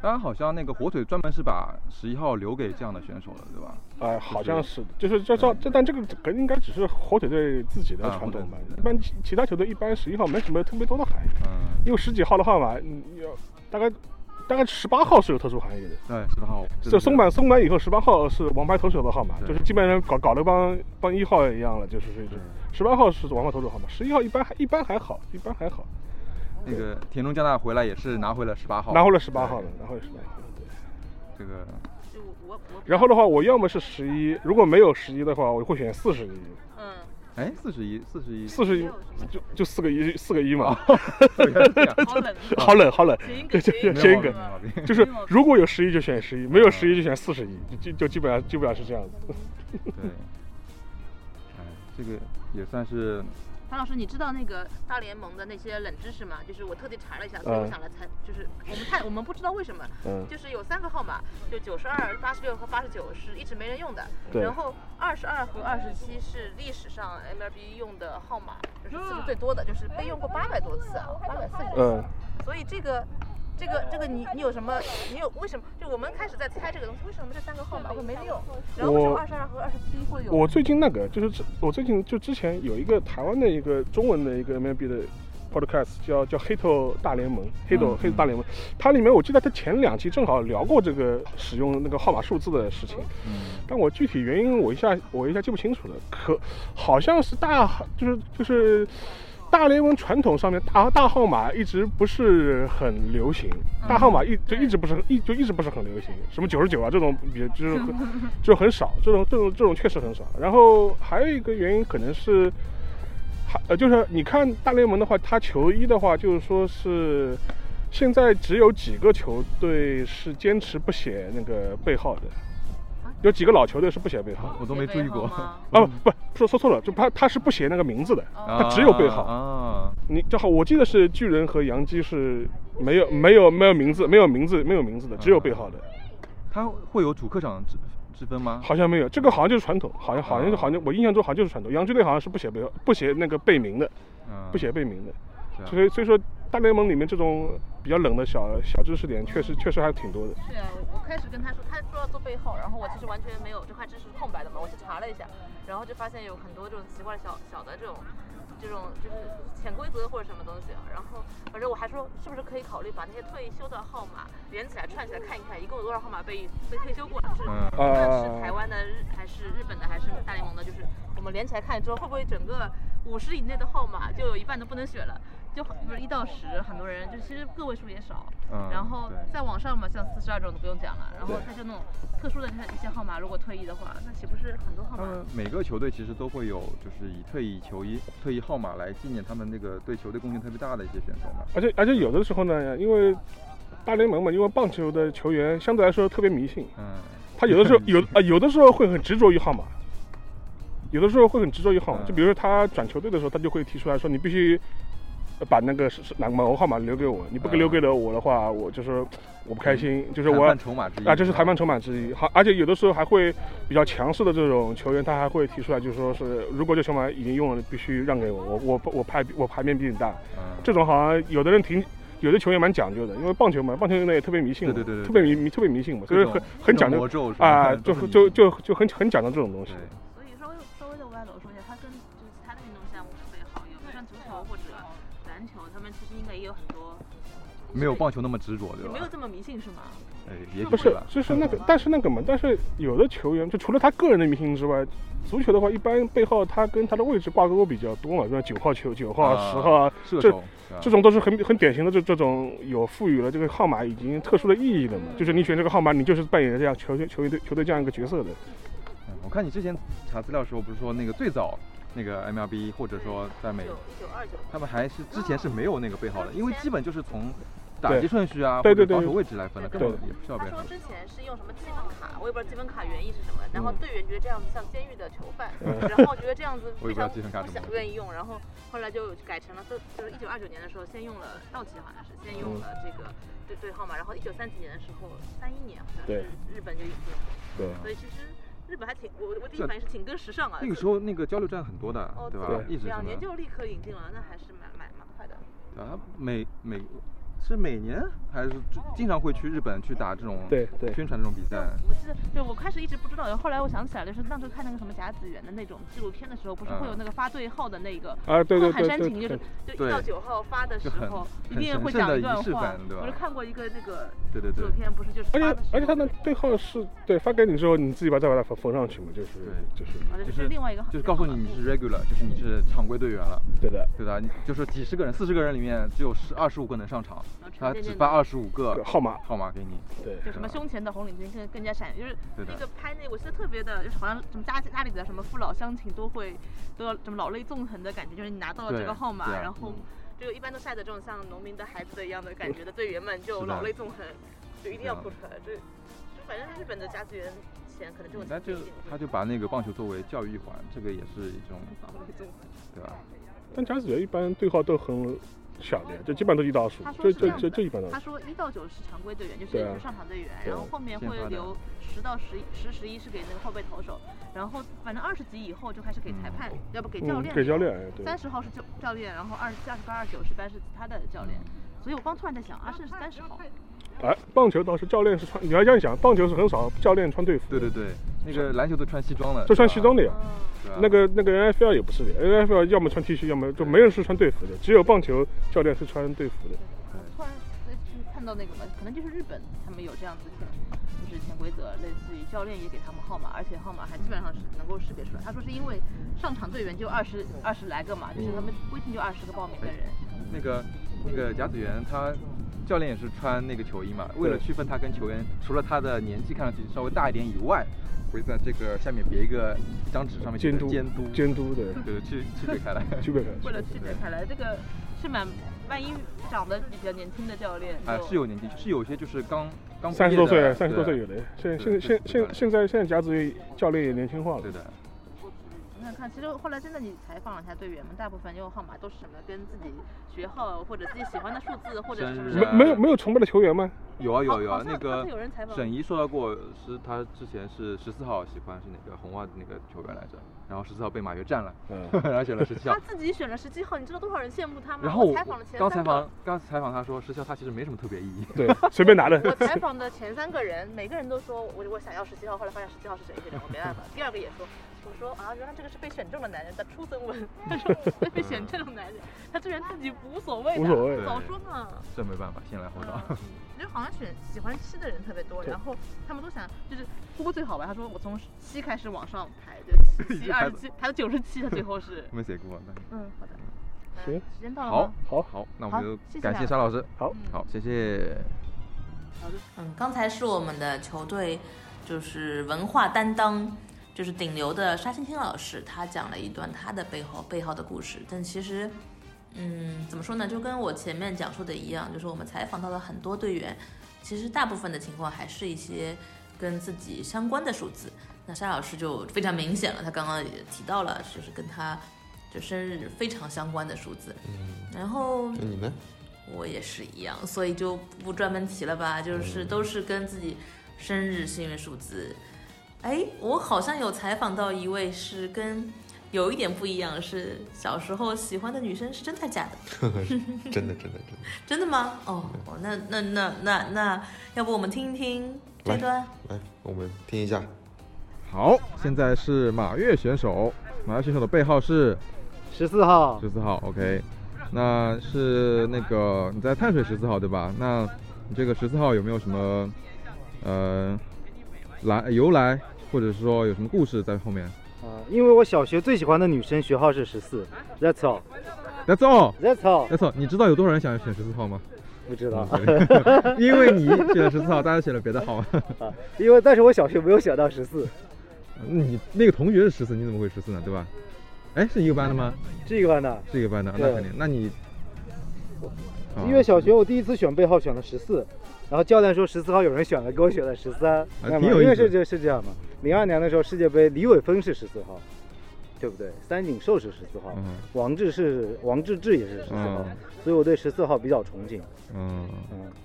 Speaker 10: 当然，好像那个火腿专门是把十一号留给这样的选手了，对吧？
Speaker 15: 哎，好像是的，就是
Speaker 5: 嗯
Speaker 15: 这这这，但这个可能应该只是火腿队自己的
Speaker 10: 啊
Speaker 15: 传统吧
Speaker 10: 火腿自己。的
Speaker 15: 一般其其他球队一般十一号没什么特别多的含义，
Speaker 10: 嗯，
Speaker 15: 因为十几号的号码，嗯，要大概大概十八号是有特殊含义的。
Speaker 10: 对，十八号。
Speaker 15: 就松满松满以后，十八号是王牌投手的号码，
Speaker 10: 对
Speaker 15: 就是基本上搞搞得帮帮一号一样了，就是这种。十八号是王牌投手号码，十一号一般还一般还好，一般还好，
Speaker 10: 那个田中将大回来也是拿回了十八号，
Speaker 15: 拿回了十八号了，拿回了十八号。
Speaker 10: 这个
Speaker 15: 然后的话，我要么是十一，如果没有十一的话，我会选四十一。
Speaker 10: 哎，四十一，四十一，哦
Speaker 15: 四十一就就四个一四个一嘛，
Speaker 10: 好冷啊
Speaker 15: 好冷好冷
Speaker 10: 谐音，
Speaker 15: 对
Speaker 10: 梗
Speaker 15: 就
Speaker 10: 谐音
Speaker 15: 就
Speaker 10: 梗
Speaker 15: 谐音梗
Speaker 10: 没毛病没毛，啊病
Speaker 15: 就是如果有十一就选十一，没有十一就选四十一，就就基本上基本上是这样子。
Speaker 10: 对，哎，这个也算是
Speaker 5: 韩老师，你知道那个大联盟的那些冷知识吗？就是我特地查了一下，
Speaker 15: 嗯
Speaker 5: 所以我想来猜，就是我们看我们不知道为什么，
Speaker 10: 嗯
Speaker 5: 就是有三个号码，就九十二、八十六和八十九是一直没人用的，
Speaker 10: 对
Speaker 5: 然后二十二和二十七是历史上 MLB 用的号码，就是次数最多的，就是被用过八百多次啊，八百四十多
Speaker 15: 嗯
Speaker 5: 次，所以这个。这个这个你你有什么？你有为什么？就我们开始在猜这个东西，为什么这三个号码会没人用？然后为什么
Speaker 15: 我
Speaker 5: 二十二和二十七会有？
Speaker 15: 我最近那个就是这我最近就之前有一个台湾的一个中文的一个 MLB 的 podcast 叫叫黑头大联盟，黑头、
Speaker 10: 嗯
Speaker 15: 黑头大联盟，它里面我记得它前两期正好聊过这个使用那个号码数字的事情，
Speaker 1: 嗯
Speaker 15: 但我具体原因我一下我一下记不清楚了，可好像是大就是就是大联盟传统上面大大号码一直不是很流行，大号码一就一直不是很一就一直不是很流行，什么九十九啊这种也 就是很就很少，这种这种这种确实很少。然后还有一个原因可能是。还呃，就是你看大联盟的话，他球衣的话，就是说是现在只有几个球队是坚持不写那个背号的，有几个老球队是不写背号。
Speaker 10: 我都没注意过。
Speaker 15: 啊，不不，说说错了，就他他是不写那个名字的，他只有背号。
Speaker 10: 啊，
Speaker 15: 你正好，我记得是巨人和洋基是没有没有没有名字，没有名字，没有名字的，只有背号的。
Speaker 10: 啊他会有主客场之之分吗？
Speaker 15: 好像没有，这个好像就是传统，好像好像就好像我印象中好像就是传统，洋基队好像是不写背不写那个背名的，不写背名
Speaker 10: 啊嗯
Speaker 15: 的，
Speaker 10: 对啊
Speaker 15: 所以所以说大联盟里面这种比较冷的小小知识点，确实确实还挺多的。
Speaker 5: 对啊，我我开始跟他说，他说要做背后，然后我其实完全没有这块知识是空白的嘛，我去查了一下，然后就发现有很多这种奇怪的小小的这种。这种就是潜规则或者什么东西，啊然后反正我还说是不是可以考虑把那些退休的号码连起来串起来看一看，一共有多少号码被被退休过了？是
Speaker 15: 嗯
Speaker 5: 无论
Speaker 15: 啊
Speaker 5: 是台湾的日还是日本的还是大联盟的，就是我们连起来看之后，会不会整个五十以内的号码就有一半都不能选了？就不是一到十，很多人就其实个位数也少，
Speaker 2: 嗯
Speaker 5: 然后
Speaker 2: 对
Speaker 5: 再往上嘛，像四十二这种都不用讲了，然后
Speaker 1: 对
Speaker 5: 他就那种特殊的他一些号码，如果退役的话，那岂不是很多号码？
Speaker 1: 每个球队其实都会有，就是以退役球衣、退役号码来纪念他们那个对球队贡献特别大的一些选手嘛。
Speaker 15: 而且而且有的时候呢，因为大联盟嘛，因为棒球的球员相对来说特别迷信，
Speaker 1: 嗯，
Speaker 15: 他有的 时候有啊、有的时候会很执着于号码，有的时候会很执着于号
Speaker 1: 嗯
Speaker 15: 码。就比如说他转球队的时候，他就会提出来说，你必须把那个是是哪个某号码留给我，你
Speaker 1: 嗯
Speaker 15: 不给留给了我的话，我就是我不开心，就是我
Speaker 1: 谈
Speaker 15: 要
Speaker 1: 判筹码之一嗯
Speaker 15: 啊，这是谈判筹码之一。好，而且有的时候还会比较强势的这种球员，他还会提出来，就是说是如果这筹码已经用了，必须让给我，我我我牌我牌面比你大。
Speaker 10: 嗯
Speaker 15: 这种好像有的人挺。有的球员蛮讲究的，因为棒球嘛，棒球呢也特别迷信嘛，
Speaker 1: 对对对对
Speaker 15: 特别迷迷特别迷信嘛，
Speaker 1: 各
Speaker 15: 所以
Speaker 1: 种
Speaker 15: 很很讲究
Speaker 1: 各种魔咒是吧
Speaker 15: 啊，
Speaker 1: 都
Speaker 15: 就是
Speaker 1: 迷
Speaker 15: 就就就很很讲究这种东西。
Speaker 5: 所以稍微稍微的歪楼说一下，它跟就是其他的运动项目特别好，有像足球或者篮球，他们其实应该也有很多，
Speaker 1: 没有棒球那么执着，对
Speaker 5: 也
Speaker 1: 吧
Speaker 5: 没？有这么迷信是吗？
Speaker 1: 哎，也许
Speaker 15: 不是
Speaker 1: 吧，
Speaker 15: 就是那个，但是那个嘛，但是有的球员就除了他个人的明星之外，足球的话，一般背后他跟他的位置挂钩比较多嘛，像九号球、九号啊、
Speaker 1: 啊
Speaker 15: 十号啊，
Speaker 1: 射
Speaker 15: 这
Speaker 1: 手是吧
Speaker 15: 这种都是很很典型的这这种有赋予了这个号码已经特殊的意义的嘛，就是你选这个号码，你就是扮演这样球球球队球队这样一个角色的。
Speaker 1: 嗯我看你之前查资料的时候，不是说那个最早那个 MLB 或者说在美，他们还是之前是没有那个背
Speaker 5: 啊
Speaker 1: 号的，因为基本就是从打击
Speaker 15: 对
Speaker 1: 顺序啊
Speaker 15: 对
Speaker 1: 或者
Speaker 15: 对对
Speaker 1: 防守位置来分的，根本
Speaker 15: 对
Speaker 1: 也不需要
Speaker 5: 他
Speaker 1: 背
Speaker 5: 说
Speaker 1: 号。
Speaker 5: 之前是用什么积分卡，我也不知道积分卡原意是什么。然后队员觉得这样子像监狱的囚犯，
Speaker 1: 嗯
Speaker 5: 然后觉得这样子
Speaker 1: 我也不
Speaker 5: 非
Speaker 1: 知道
Speaker 5: 常
Speaker 1: 积分卡
Speaker 5: 不
Speaker 1: 是什
Speaker 5: 想
Speaker 1: 么
Speaker 5: 愿意用，然后后来就改成了，就就是一九二九年的时候先用了道奇好像是先用了这个对对号码，然后一九三几年的时候三一年好像
Speaker 1: 对
Speaker 5: 是日本就引进了，
Speaker 1: 对
Speaker 5: 所以其实日本还挺我我第一
Speaker 1: 这
Speaker 5: 反应是挺跟时尚啊，
Speaker 1: 那个时候那个交流站很多的
Speaker 5: 哦，
Speaker 1: 对吧？一直
Speaker 5: 两
Speaker 1: 什么
Speaker 5: 年就立刻引进了，那还是蛮蛮蛮快的。
Speaker 1: 啊，每每是每年还是就经常会去日本去打这种
Speaker 15: 对对
Speaker 1: 宣传这种比赛。
Speaker 5: 我记得，就我开始一直不知道，然后后来我想起来了，就是当时看那个什么甲子园的那种纪录片的时候，不是会有那个发对号的那个
Speaker 1: 嗯啊对对
Speaker 5: 浩瀚
Speaker 1: 对
Speaker 5: 山
Speaker 1: 对
Speaker 5: 情，就是
Speaker 1: 对
Speaker 5: 就一到九号发的时
Speaker 1: 就很
Speaker 5: 候，一
Speaker 1: 很
Speaker 5: 定
Speaker 1: 神
Speaker 5: 会
Speaker 1: 圣
Speaker 5: 讲
Speaker 1: 的
Speaker 5: 一段
Speaker 1: 仪式
Speaker 5: 话
Speaker 1: 感对。吧
Speaker 5: 我是看过一个那个
Speaker 1: 对对
Speaker 5: 纪
Speaker 1: 对
Speaker 5: 录片，不是就是
Speaker 1: 哎
Speaker 15: 而
Speaker 5: 发
Speaker 15: 且
Speaker 5: 的时候，
Speaker 15: 而且他的背后是对发给你之后，你自己把再把它缝缝上去嘛，就是就是。
Speaker 5: 啊这
Speaker 1: 就是是
Speaker 5: 另外一个
Speaker 1: 就是告诉你你是 regular，就是你是常规队员了。
Speaker 15: 对的，
Speaker 1: 对的，你就是几十个人，四十个人里面只有十二十五个能上场，他
Speaker 5: 渐
Speaker 1: 只
Speaker 5: 渐
Speaker 1: 发
Speaker 5: 地
Speaker 1: 二十五个
Speaker 15: 号码
Speaker 1: 号码给你。
Speaker 15: 对
Speaker 5: 就什么胸前的红领巾更更加闪，就是
Speaker 1: 对的
Speaker 5: 那个拍那，我记得特别的，就是好像什么家家里的什么父老乡亲都会都要什么老泪纵横的感觉，就是你拿到了这
Speaker 1: 对
Speaker 5: 个号码，
Speaker 1: 对啊
Speaker 5: 然后
Speaker 1: 嗯
Speaker 5: 就一般都晒的这种像农民的孩子的一样的感觉的队员们就是老
Speaker 1: 的
Speaker 5: 泪纵横，就一定要
Speaker 1: 是
Speaker 5: put 出来，就就反正日本的甲子园前可能就有
Speaker 1: 那
Speaker 15: 嗯
Speaker 1: 就他就把那个棒球作为教育一环，这个也是一种，对吧？
Speaker 15: 但甲子园一般对号都很小的，就基本上都一到二十五
Speaker 5: 他，说
Speaker 15: 这
Speaker 5: 是这
Speaker 15: 这
Speaker 5: 样
Speaker 15: 这
Speaker 5: 子
Speaker 15: 这一
Speaker 5: 的，
Speaker 15: 般都
Speaker 5: 他说一到九是常规队员，就是
Speaker 15: 对啊
Speaker 5: 上场队员，
Speaker 15: 对
Speaker 5: 然后后面
Speaker 15: 先发
Speaker 5: 会
Speaker 15: 的
Speaker 5: 留十到十一十十一是给那个后备投手，然后反正二十级以后就开始给裁判，要不给教
Speaker 15: 嗯
Speaker 5: 练，
Speaker 15: 给教练哎对
Speaker 5: 三十号是教教练，然后二十七、二十八、二十九是班是其他的教练，
Speaker 15: 嗯
Speaker 5: 所以我刚突然在想，啊，是三十号，
Speaker 15: 哎，棒球倒是教练是穿，你要这样想，棒球是很少教练穿队服。对对
Speaker 1: 对，那个篮球都穿西装了，
Speaker 15: 就穿西装的呀。
Speaker 1: 对吧啊
Speaker 15: 那个那个 NFL 也不是的，NFL 要么穿 T 恤，要么就没人是穿队服的，只有棒球教练是穿队服的。
Speaker 5: 突然呃就是看到那个嘛，可能就是日本他们有这样子潜，就是潜规则，类似于教练也给他们号码，而且号码还基本上是能够识别出来。他说是因为上场队员就二十二十来个嘛，就是他们规定就二十个报名的人。
Speaker 1: 那个那个甲子园他教练也是穿那个球衣嘛，为了区分他跟球员，除了他的年纪看上去稍微大一点以外，会在这个下面别一个一张纸，上面写
Speaker 15: 监
Speaker 1: 着
Speaker 15: 督
Speaker 1: 监督
Speaker 15: 监督对
Speaker 1: 对区区别 开来，
Speaker 15: 区别开来
Speaker 5: 为了区别开来，这个是蛮，万一长得比较年轻的教练
Speaker 1: 啊
Speaker 5: 就，
Speaker 1: 是有年纪，是有些就是刚刚毕业的
Speaker 15: 三十多岁，三十多岁
Speaker 1: 对
Speaker 15: 有的。现在现
Speaker 1: 对
Speaker 15: 在现
Speaker 1: 对
Speaker 15: 现现在现在甲子园教练也年轻化了。
Speaker 1: 对的。
Speaker 5: 你看看，其实后来真的你采访了一下队员们，大部分用号码都是什么跟自己学号或者自己喜欢的数字或者是什
Speaker 1: 生
Speaker 5: 么
Speaker 1: 日
Speaker 15: 没
Speaker 1: 啊
Speaker 15: 没有没有崇拜的球员吗？
Speaker 1: 有啊有啊有啊，
Speaker 5: 哦像
Speaker 1: 那
Speaker 5: 上
Speaker 1: 个
Speaker 5: 次有人采访
Speaker 1: 沈怡说到过，是他之前是十四号喜欢是哪个红袜的那个球员来着，然后十四号被马约占了，
Speaker 15: 嗯
Speaker 1: 然后选了十七号
Speaker 5: 他。自己选了十七号，你知道多少人羡慕他吗？
Speaker 1: 然后
Speaker 5: 我
Speaker 1: 我
Speaker 5: 采访了前
Speaker 1: 刚
Speaker 5: 三
Speaker 1: 采
Speaker 5: 个
Speaker 1: 访，刚采访他说，十七号他其实没什么特别意义，
Speaker 15: 对，随便拿的。
Speaker 5: 我采访的前三个人，每个人都说我我想要十七号，后来发现十七号是谁谁谁，我没办法。第二个也说，我说啊，原来这个是被选中的男人的出生文，他说我是被选中的男人，他居然自己无所 谓的，
Speaker 1: 无所谓哎
Speaker 5: 早说嘛。嗯
Speaker 1: 这没办法，先来后到。
Speaker 5: 就好像选喜欢七的人特别多，
Speaker 1: 对
Speaker 5: 然后他们都想就是波波最好吧，他说我从七 开始往上排，就七
Speaker 1: 一
Speaker 5: 七
Speaker 1: 直排
Speaker 5: 二十七，排到九十七，他最后是
Speaker 1: 没写过，那
Speaker 5: 嗯好的。
Speaker 15: 行，
Speaker 16: 时间到了
Speaker 10: 好
Speaker 16: 吗？，
Speaker 15: 好，
Speaker 10: 好，那我
Speaker 2: 好
Speaker 10: 们
Speaker 2: 谢
Speaker 10: 就
Speaker 2: 谢
Speaker 10: 感谢
Speaker 5: 啊
Speaker 2: 两
Speaker 10: 沙
Speaker 2: 位
Speaker 10: 老师。
Speaker 15: 好，
Speaker 10: 好，谢谢。
Speaker 2: 嗯，刚才是我们的球队就是文化担当，就是顶流的沙青青老师，他讲了一段他的背后背后的故事。但其实，嗯，怎么说呢？就跟我前面讲述的一样，就是我们采访到了很多队员，其实大部分的情况还是一些跟自己相关的数字。那沙老师就非常明显了，他刚刚也提到了，就是跟他就生日非常相关的数字。
Speaker 1: 嗯
Speaker 2: 然后
Speaker 1: 那你呢？
Speaker 2: 我也是一样，所以就不专门提了吧，就是都是跟自己生日幸运数字。哎，我好像有采访到一位是跟有一点不一样，是小时候喜欢的女生是真的假的？
Speaker 1: 真的真的真的，
Speaker 2: 真的吗？哦，哦那那那那那，要不我们听一听这
Speaker 10: 来
Speaker 2: 段？
Speaker 1: 来，我们听一下。
Speaker 10: 好，现在是马跃选手，马跃选手的背号是
Speaker 17: 十四号，
Speaker 10: 十四号，OK。那是那个你在碳水十四号对吧？那你这个十四号有没有什么呃来由来，或者是说有什么故事在后面
Speaker 17: 呃，因为我小学最喜欢的女生学号是十四，That's all，
Speaker 10: ？That's all。
Speaker 17: That's all。
Speaker 10: That's all。你知道有多少人想选十四号吗？嗯
Speaker 17: 不知道
Speaker 10: 因为你选了十四号，大家选了别的号。
Speaker 17: 因为但是我小学没有选到十四，
Speaker 10: 你那个同学是十四，你怎么会十四呢？对吧？哎，是一个班的吗？
Speaker 17: 是一个班的，
Speaker 10: 是一个班的，那
Speaker 17: 对
Speaker 10: 肯定。那你啊
Speaker 17: 因为小学我第一次选背号选了十四，然后教练说十四号有人选了，给我选了十三，那么
Speaker 10: 啊挺有意
Speaker 17: 因为
Speaker 10: 思
Speaker 17: 是这是这样嘛。零二年的时候世界杯，李伟峰是十四号，对不对？三井寿是十四号，
Speaker 10: 嗯
Speaker 17: 王治是王治郅也是十四号，
Speaker 10: 嗯
Speaker 17: 所以我对十四号比较崇敬。
Speaker 10: 嗯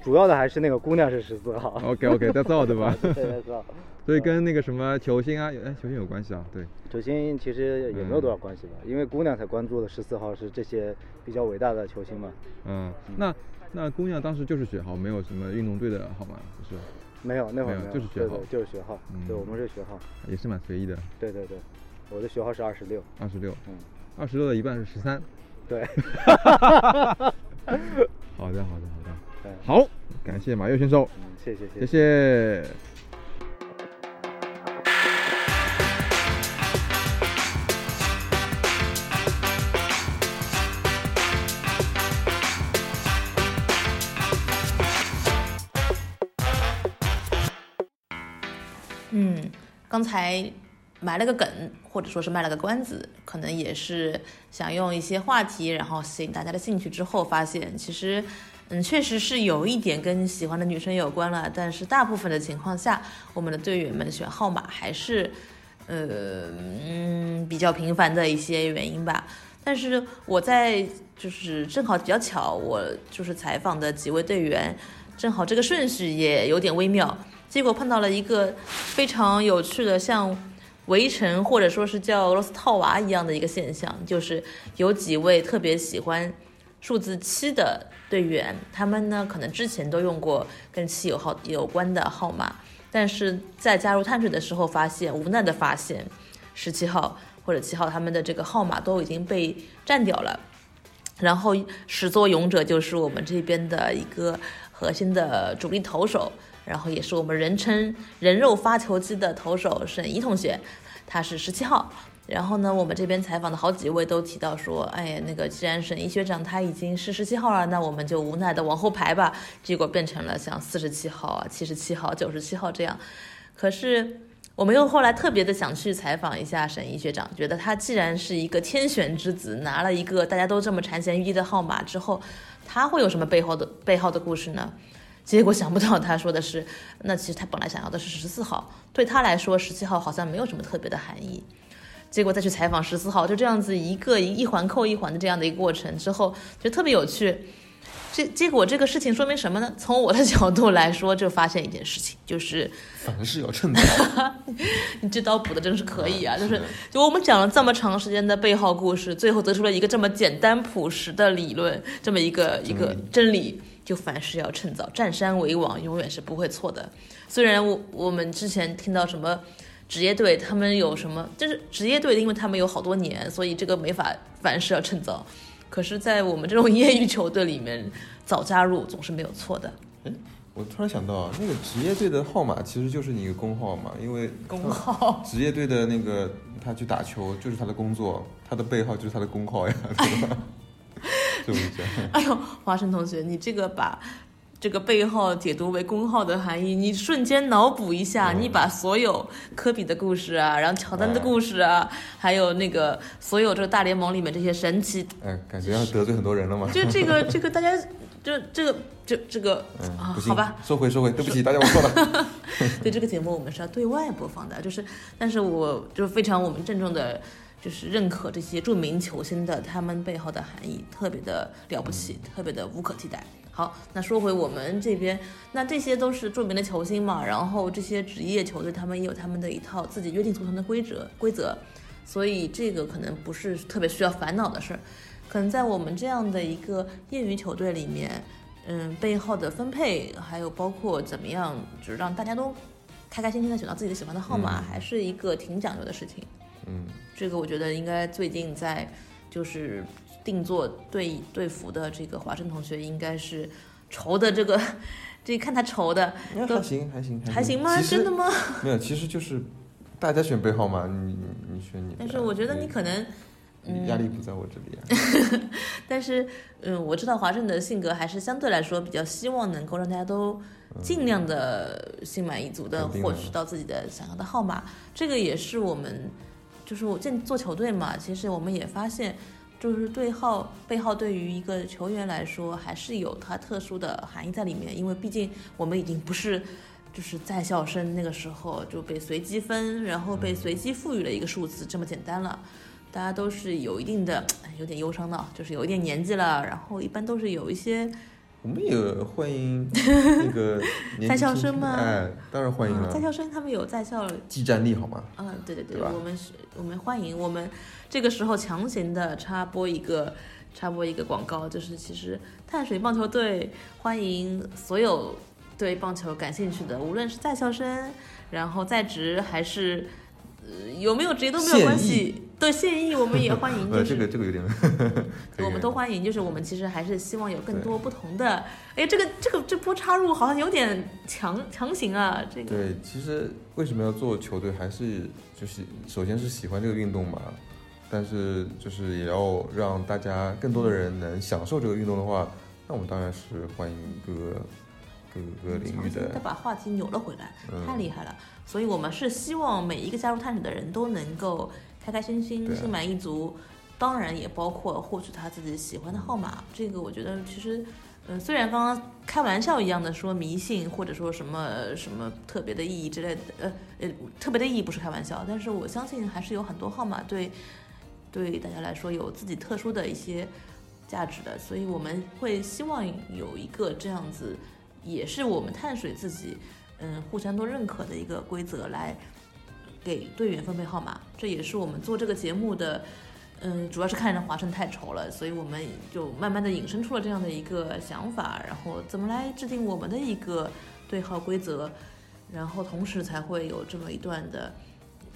Speaker 17: 主要的还是那个姑娘是十四号。
Speaker 10: ，OK
Speaker 17: ？
Speaker 10: OK，再造对吧
Speaker 17: 对再造。
Speaker 10: 所以跟那个什么球星啊，有哎，球星有关系啊，对。
Speaker 17: 首先其实也没有多少关系吧，
Speaker 10: 嗯
Speaker 17: 因为姑娘才关注的十四号是这些比较伟大的球星嘛。
Speaker 10: 嗯，那那姑娘当时就是学号，没有什么运动队的号码，就是
Speaker 17: 没有那会儿
Speaker 10: 没
Speaker 17: 没
Speaker 10: 有
Speaker 17: 有
Speaker 10: 就是学号
Speaker 17: 对对就是学号，
Speaker 10: 嗯
Speaker 17: 对我们是学号，
Speaker 10: 也是蛮随意的，
Speaker 17: 对对对，我的学号是二十六。
Speaker 10: 二十六
Speaker 17: 嗯，
Speaker 10: 二十六的一半是十三。
Speaker 17: 对。
Speaker 10: 好的，好的，好的。
Speaker 17: 对嗯
Speaker 10: 好，感谢马跃选手，
Speaker 17: 谢谢谢
Speaker 10: 谢谢。
Speaker 2: 嗯，刚才埋了个梗，或者说是卖了个关子，可能也是想用一些话题，然后吸引大家的兴趣。之后发现，其实，嗯，确实是有一点跟喜欢的女生有关了，但是大部分的情况下，我们的队员们选号码还是，呃，嗯，比较频繁的一些原因吧。但是我在就是正好比较巧，我就是采访的几位队员，正好这个顺序也有点微妙，结果碰到了一个非常有趣的，像围城或者说是叫俄罗斯套娃一样的一个现象，就是有几位特别喜欢数字七的队员，他们呢可能之前都用过跟七有号有关的号码，但是在加入碳水的时候发现，无奈的发现，十七号或者七号他们的这个号码都已经被占掉了。然后始作俑者就是我们这边的一个核心的主力投手，然后也是我们人称“人肉发球机”的投手沈怡同学，他是十七号。然后呢，我们这边采访的好几位都提到说，哎呀，那个既然沈怡学长他已经是十七号了，那我们就无奈的往后排吧。结果变成了像四十七号啊、七十七号、九十七号这样。可是我们又后来特别的想去采访一下沈毅学长，觉得他既然是一个天选之子，拿了一个大家都这么馋涎欲滴的号码之后，他会有什么背后的背后的故事呢？结果想不到他说的是，那其实他本来想要的是十四号，对他来说十七号好像没有什么特别的含义。结果再去采访十四号，就这样子一个一一环扣一环的这样的一个过程之后，就特别有趣。这结果这个事情说明什么呢？从我的角度来说，就发现一件事情，就是
Speaker 1: 凡事要趁早。
Speaker 2: 你这刀补的真是可以啊！
Speaker 1: 嗯
Speaker 2: 就是是
Speaker 1: 的，
Speaker 2: 就我们讲了这么长时间的背后故事，最后得出了一个这么简单朴实的理论，这么一个一个真理，就凡事要趁早，占山为王，永远是不会错的。虽然我我们之前听到什么职业队，他们有什么，就是职业队，因为他们有好多年，所以这个没法，凡事要趁早。可是，在我们这种 业余球队里面，早加入总是没有错的。
Speaker 1: 我突然想到啊，那个职业队的号码其实就是你一个工号嘛，因为
Speaker 2: 工号
Speaker 1: 职业队的那个他去打球就是他的工作，他的背号就是他的工号呀，对吧？ Q 一下。
Speaker 2: 哎呦，华生同学，你这个把这个背号解读为公号的含义，你瞬间脑补一下，
Speaker 1: 嗯
Speaker 2: 你把所有科比的故事啊，然后乔丹的故事啊，还有那个所有这个大联盟里面这些 神奇，
Speaker 1: 嗯，感觉要得罪很多人了嘛。
Speaker 2: 就这个这个大家就这个这这个
Speaker 1: 嗯，
Speaker 2: 啊
Speaker 1: 不，行，
Speaker 2: 好吧，
Speaker 1: 收回收回，对不起大家，我错了。
Speaker 2: 对这个节目我们是要对外播放的，就是，但是我就非常我们郑重的，就是认可这些著名球星的他们背后的含义，特别的了不起，特别的无可替代。好，那说回我们这边，那这些都是著名的球星嘛，然后这些职业球队他们也有他们的一套自己约定俗成的规则规则，所以这个可能不是特别需要烦恼的事儿。可能在我们这样的一个业余球队里面，嗯，背号的分配，还有包括怎么样，就是让大家都开开心心的选到自己的喜欢的号码，
Speaker 1: 嗯
Speaker 2: 还是一个挺讲究的事情。
Speaker 1: 嗯，
Speaker 2: 这个我觉得应该最近在就是定做队队服的这个华生同学，应该是愁的这个， 这看他愁的，
Speaker 1: 哎还行还行
Speaker 2: 还行吗？
Speaker 1: 其实
Speaker 2: 真的吗？
Speaker 1: 没有，其实就是大家选背号嘛，你你你选你的。
Speaker 2: 但是我觉得你可能，嗯，
Speaker 1: 压力不在我这 里啊。
Speaker 2: 但是，嗯，我知道华盛的性格还是相对来说比较希望能够让大家都尽量的心满意足的
Speaker 1: 嗯肯定
Speaker 2: 获
Speaker 1: 的
Speaker 2: 取到自己的想要的号码。这个也是我们，就是我见做球队嘛，其实我们也发现，就是对号背号对于一个球员来说还是有它特殊的含义在里面，因为毕竟我们已经不是。就是在校生那个时候就被随机分，然后
Speaker 1: 嗯
Speaker 2: 被随机赋予了一个数字，这么简单了。大家都是有一定的，哎有点忧伤的，就是有一点年纪了，然后一般都是有一些
Speaker 1: 我们也欢迎那 个年纪
Speaker 2: 在校
Speaker 1: 轻
Speaker 2: 生
Speaker 1: 轻的
Speaker 2: 吗
Speaker 1: 哎，当然欢迎
Speaker 2: 啊
Speaker 1: 了。
Speaker 2: 在校生他们有在校，
Speaker 1: 技战力好吗？
Speaker 2: 嗯，对对对，
Speaker 1: 对吧
Speaker 2: 我们是，我们欢迎，我们这个时候强行的插播一个插播一个广告，就是其实碳水棒球队欢迎所有对棒球感兴趣的，无论是在校生，然后在职还是。呃有没有职业都没有
Speaker 1: 现
Speaker 2: 关
Speaker 1: 役
Speaker 2: 系，对现役我们也欢迎，就
Speaker 1: 呃，
Speaker 2: 是
Speaker 1: 这个这个有点， 可以
Speaker 2: 我们都欢迎，就是我们其实还是希望有更多不同的。哎，这个这个这波插入好像有点强强行啊，这个
Speaker 1: 对，其实为什么要做球队，还是就是首先是喜欢这个运动嘛，但是就是也要让大家更多的人能享受这个运动的话，那我们当然是欢迎各个各个领域的
Speaker 2: 再把话题扭了回来，
Speaker 1: 嗯
Speaker 2: 太厉害了。所以我们是希望每一个加入探险的人都能够开开心心、
Speaker 1: 对啊
Speaker 2: 心满意足，当然也包括获取他自己喜欢的号码。这个我觉得其实。嗯，虽然刚刚开玩笑一样的说迷信或者说什么呃什么特别的意义之类的，呃呃，特别的意义不是开玩笑，但是我相信还是有很多号码对对大家来说有自己特殊的一些价值的，所以我们会希望有一个这样子，也是我们碳水自己，嗯，互相都认可的一个规则来给队员分配号码。这也是我们做这个节目的，嗯，主要是看着华盛太愁了，所以我们就慢慢的引申出了这样的一个想法，然后怎么来制定我们的一个对号规则，然后同时才会有这么一段的。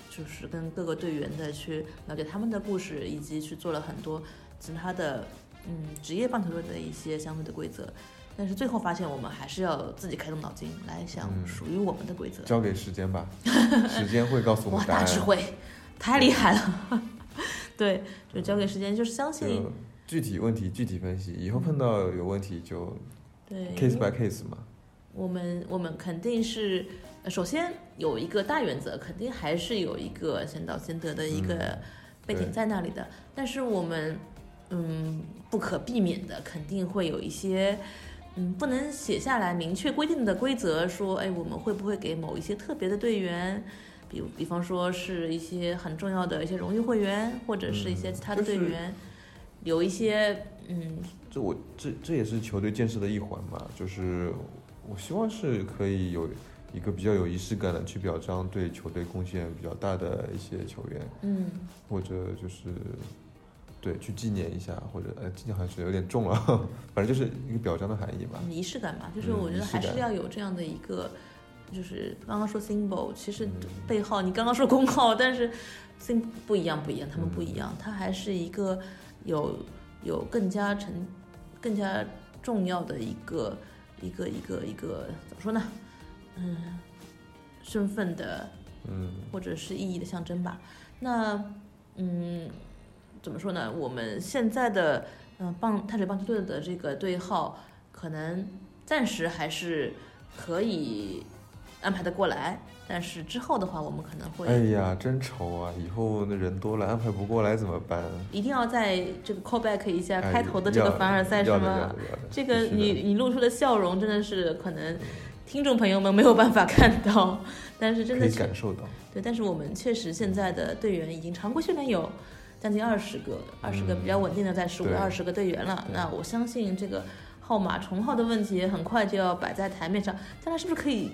Speaker 2: 就是跟各个队员的去了解他们的故事，以及去做了很多其他的嗯职业棒球队的一些相对的规则。但是最后发现，我们还是要自己开动脑筋来想
Speaker 1: 嗯
Speaker 2: 属于我们的规则。
Speaker 1: 交给时间吧， 时间会告诉我
Speaker 2: 哇，
Speaker 1: 们答
Speaker 2: 大
Speaker 1: 案。
Speaker 2: 智慧，太厉害了！对，就交给时间，就是相信
Speaker 1: 就具体问题具体分析，以后碰到有问题就
Speaker 2: 对
Speaker 1: case by case 嘛。
Speaker 2: 我们我们肯定是，呃首先有一个大原则，肯定还是有一个先到先得的一个背景
Speaker 1: 对
Speaker 2: 在那里的。但是我们，嗯，不可避免的肯定会有一些，嗯，不能写下来明确规定的规则，说，哎，我们会不会给某一些特别的队员，比如比方说是一些很重要的一些荣誉会员，或者是一些其他的队员，留一些，嗯，
Speaker 1: 这我这这也是球队建设的一环嘛，就是我希望是可以有一个比较有仪式感的去表彰对球队贡献比较大的一些球员，
Speaker 2: 嗯，
Speaker 1: 或者就是对去纪念一下，或者呃纪念好像是有点重了， 反正就是一个表彰的含义吧。
Speaker 2: 嗯仪式感吧，就是
Speaker 1: 嗯
Speaker 2: 我觉得
Speaker 1: 仪式
Speaker 2: 还是
Speaker 1: 感
Speaker 2: 要有这样的一个，就是刚刚说 symbol，其
Speaker 1: 嗯
Speaker 2: 实背号你刚刚说公号，但是 sym 不一样，不一样，他们不一
Speaker 1: 嗯
Speaker 2: 样，它还是一个有有更加沉、更加重要的一个一个一个一个怎么说呢？嗯，身份的
Speaker 1: 嗯，
Speaker 2: 或者是意义的象征吧。那嗯，怎么说呢？我们现在的嗯，棒泰水棒球队的这个队号可能暂时还是可以安排的过来，但是之后的话，我们可能会
Speaker 1: 哎呀，真愁啊！以后那人多了，安排不过来怎么办？啊
Speaker 2: 一定要在这个 callback 一下
Speaker 1: 哎
Speaker 2: 开头的这个
Speaker 1: 要
Speaker 2: 凡尔赛是
Speaker 1: 要的要
Speaker 2: 吗
Speaker 1: 的要的？
Speaker 2: 这个你你露出的笑容真的是可能听众朋友们没有办法看到，但是真
Speaker 1: 可
Speaker 2: 的
Speaker 1: 以
Speaker 2: 是
Speaker 1: 感受到。
Speaker 2: 对，但是我们确实现在的队员已经常规训练有将近二十个，二十个比较
Speaker 1: 嗯
Speaker 2: 稳定的在十五
Speaker 16: 对
Speaker 2: 到二十个队员了。那我相信这个号码重号的问题很快就要摆在台面上，大家是不是可以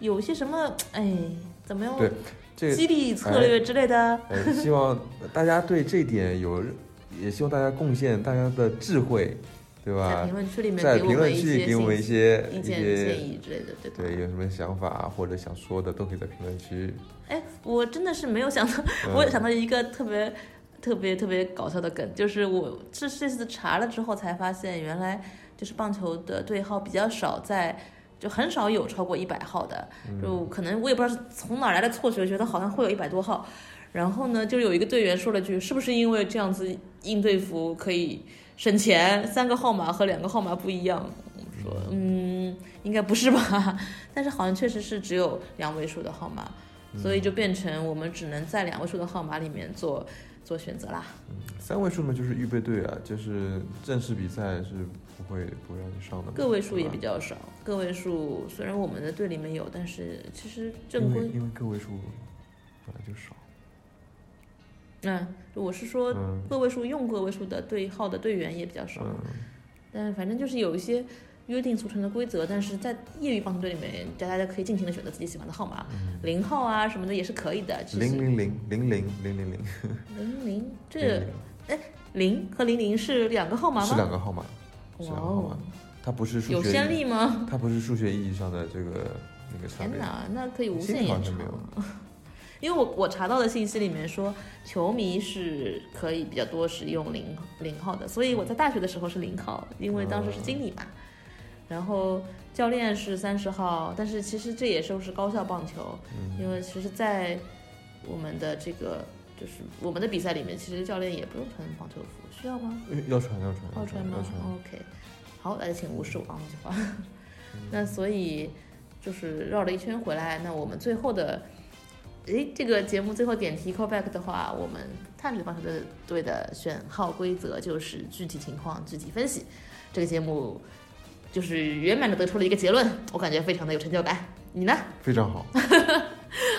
Speaker 2: 有一些什么哎怎么样
Speaker 1: 对，这个
Speaker 2: 激励策略之类的？
Speaker 1: 哎哎希望大家对这一点有认，也希望大家贡献大家的智慧，对吧？
Speaker 2: 在评论区里面
Speaker 1: 在
Speaker 2: 给我
Speaker 1: 评论
Speaker 2: 们一
Speaker 1: 区里
Speaker 2: 些
Speaker 1: 给我们一
Speaker 2: 信
Speaker 1: 些
Speaker 2: 意
Speaker 1: 一
Speaker 2: 见
Speaker 1: 些
Speaker 2: 建议之类的对吧
Speaker 1: 有什么想法啊或者想说的，都可以在评论区。
Speaker 2: 哎，我真的是没有想到，
Speaker 1: 嗯
Speaker 2: 我想到一个特别、特别、特别搞笑的梗，就是我这这次查了之后才发现，原来就是棒球的队号比较少在。就很少有超过一百号的，就可能我也不知道是从哪儿来的错觉，觉得好像会有一百多号。然后呢，就有一个队员说了句：“是不是因为这样子应队服可以省钱？三个号码和两个号码不一样？”我说：“嗯，应该不是吧？ 但是好像确实是只有两位数的号码，
Speaker 1: 嗯
Speaker 2: 所以就变成我们只能在两位数的号码里面做做选择啦。
Speaker 1: 三位数嘛，就是预备队啊，就是正式比赛是不会不会让你上的嘛。
Speaker 2: 个位数也
Speaker 1: 是吧
Speaker 2: 比较少，个位数虽然我们的队里面有，但是其实正
Speaker 1: 因为
Speaker 2: 规，
Speaker 1: 因为个位数本来就少。
Speaker 2: 嗯，我是说
Speaker 1: 嗯
Speaker 2: 个位数用个位数的对号的队员也比较少，
Speaker 1: 嗯，
Speaker 2: 但反正就是有一些约定俗成的规则，但是在业余棒球队里面，大家可以尽情的选择自己喜欢的号码，零号啊什么的也是可以的。只是
Speaker 1: 嗯零零零零零零零零
Speaker 2: 零零这
Speaker 1: 零，
Speaker 2: 哎，零和零零是两个号码 吗？
Speaker 1: 是两个号码，是两
Speaker 2: 哇
Speaker 1: 个号码
Speaker 2: 哦，，
Speaker 1: 它不是数学
Speaker 2: 有先
Speaker 1: 意义
Speaker 2: 例吗？
Speaker 1: 它不是数学意义上的这个那个差
Speaker 2: 天
Speaker 1: 别。
Speaker 2: 哪，那可以无
Speaker 1: 心
Speaker 2: 限
Speaker 1: 里好
Speaker 2: 延
Speaker 1: 像没。
Speaker 2: 长
Speaker 1: 有。
Speaker 2: 因为我我查到的信息里面说，球迷是可以比较多使用零零号的，所以我在大学的时候是零号，因为当时是经理嘛。
Speaker 1: 嗯
Speaker 2: 然后教练是三十号，但是其实这也就是高校棒球，
Speaker 1: 嗯
Speaker 2: 因为其实，在我们的这个就是我们的比赛里面，其实教练也不用穿棒球服，需要吗？
Speaker 1: 哎 要穿要穿
Speaker 2: 要穿哦吗
Speaker 1: 要穿。
Speaker 2: ？OK，好，大家请无视我啊那句话。 那所以就是绕了一圈回来，那我们最后的，诶，这个节目最后点题 callback 的话，我们碳水棒球队队的选号规则就是具体情况具体分析。这个节目就是圆满的得出了一个结论，我感觉非常的有成就感。你呢？
Speaker 1: 非常好，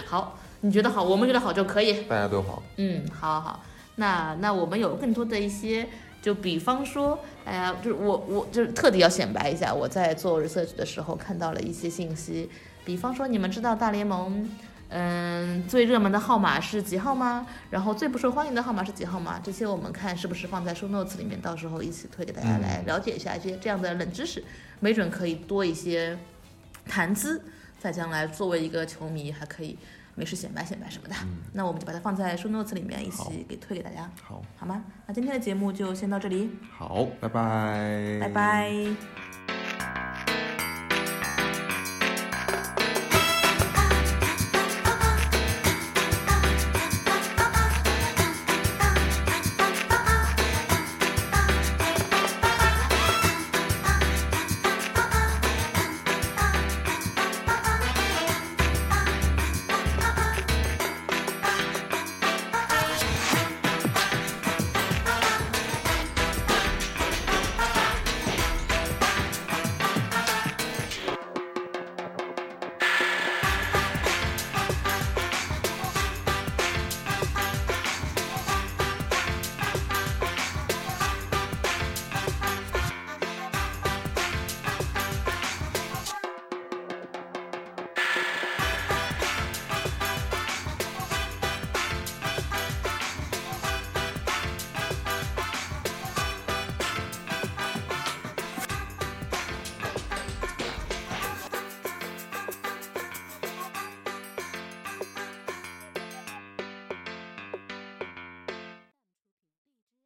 Speaker 2: 好，你觉得好，我们觉得好就可以。
Speaker 1: 大家都好。
Speaker 2: 嗯，好好，那那我们有更多的一些，就比方说，哎呀，就是我我就是特地要显摆一下，我在做 research 的时候看到了一些信息，比方说，你们知道大联盟，嗯，最热门的号码是几号吗？然后最不受欢迎的号码是几号吗？这些我们看是不是放在 show notes 里面，到时候一起推给大家
Speaker 16: 嗯
Speaker 2: 来了解一下一些这样的冷知识，没准可以多一些谈资，在将来作为一个球迷还可以没事显摆显摆什么的。那我们就把它放在 show notes 里面一起给推给大家，
Speaker 1: 好，
Speaker 2: 好吗？那今天的节目就先到这里，
Speaker 1: 好，拜拜，
Speaker 2: 拜拜。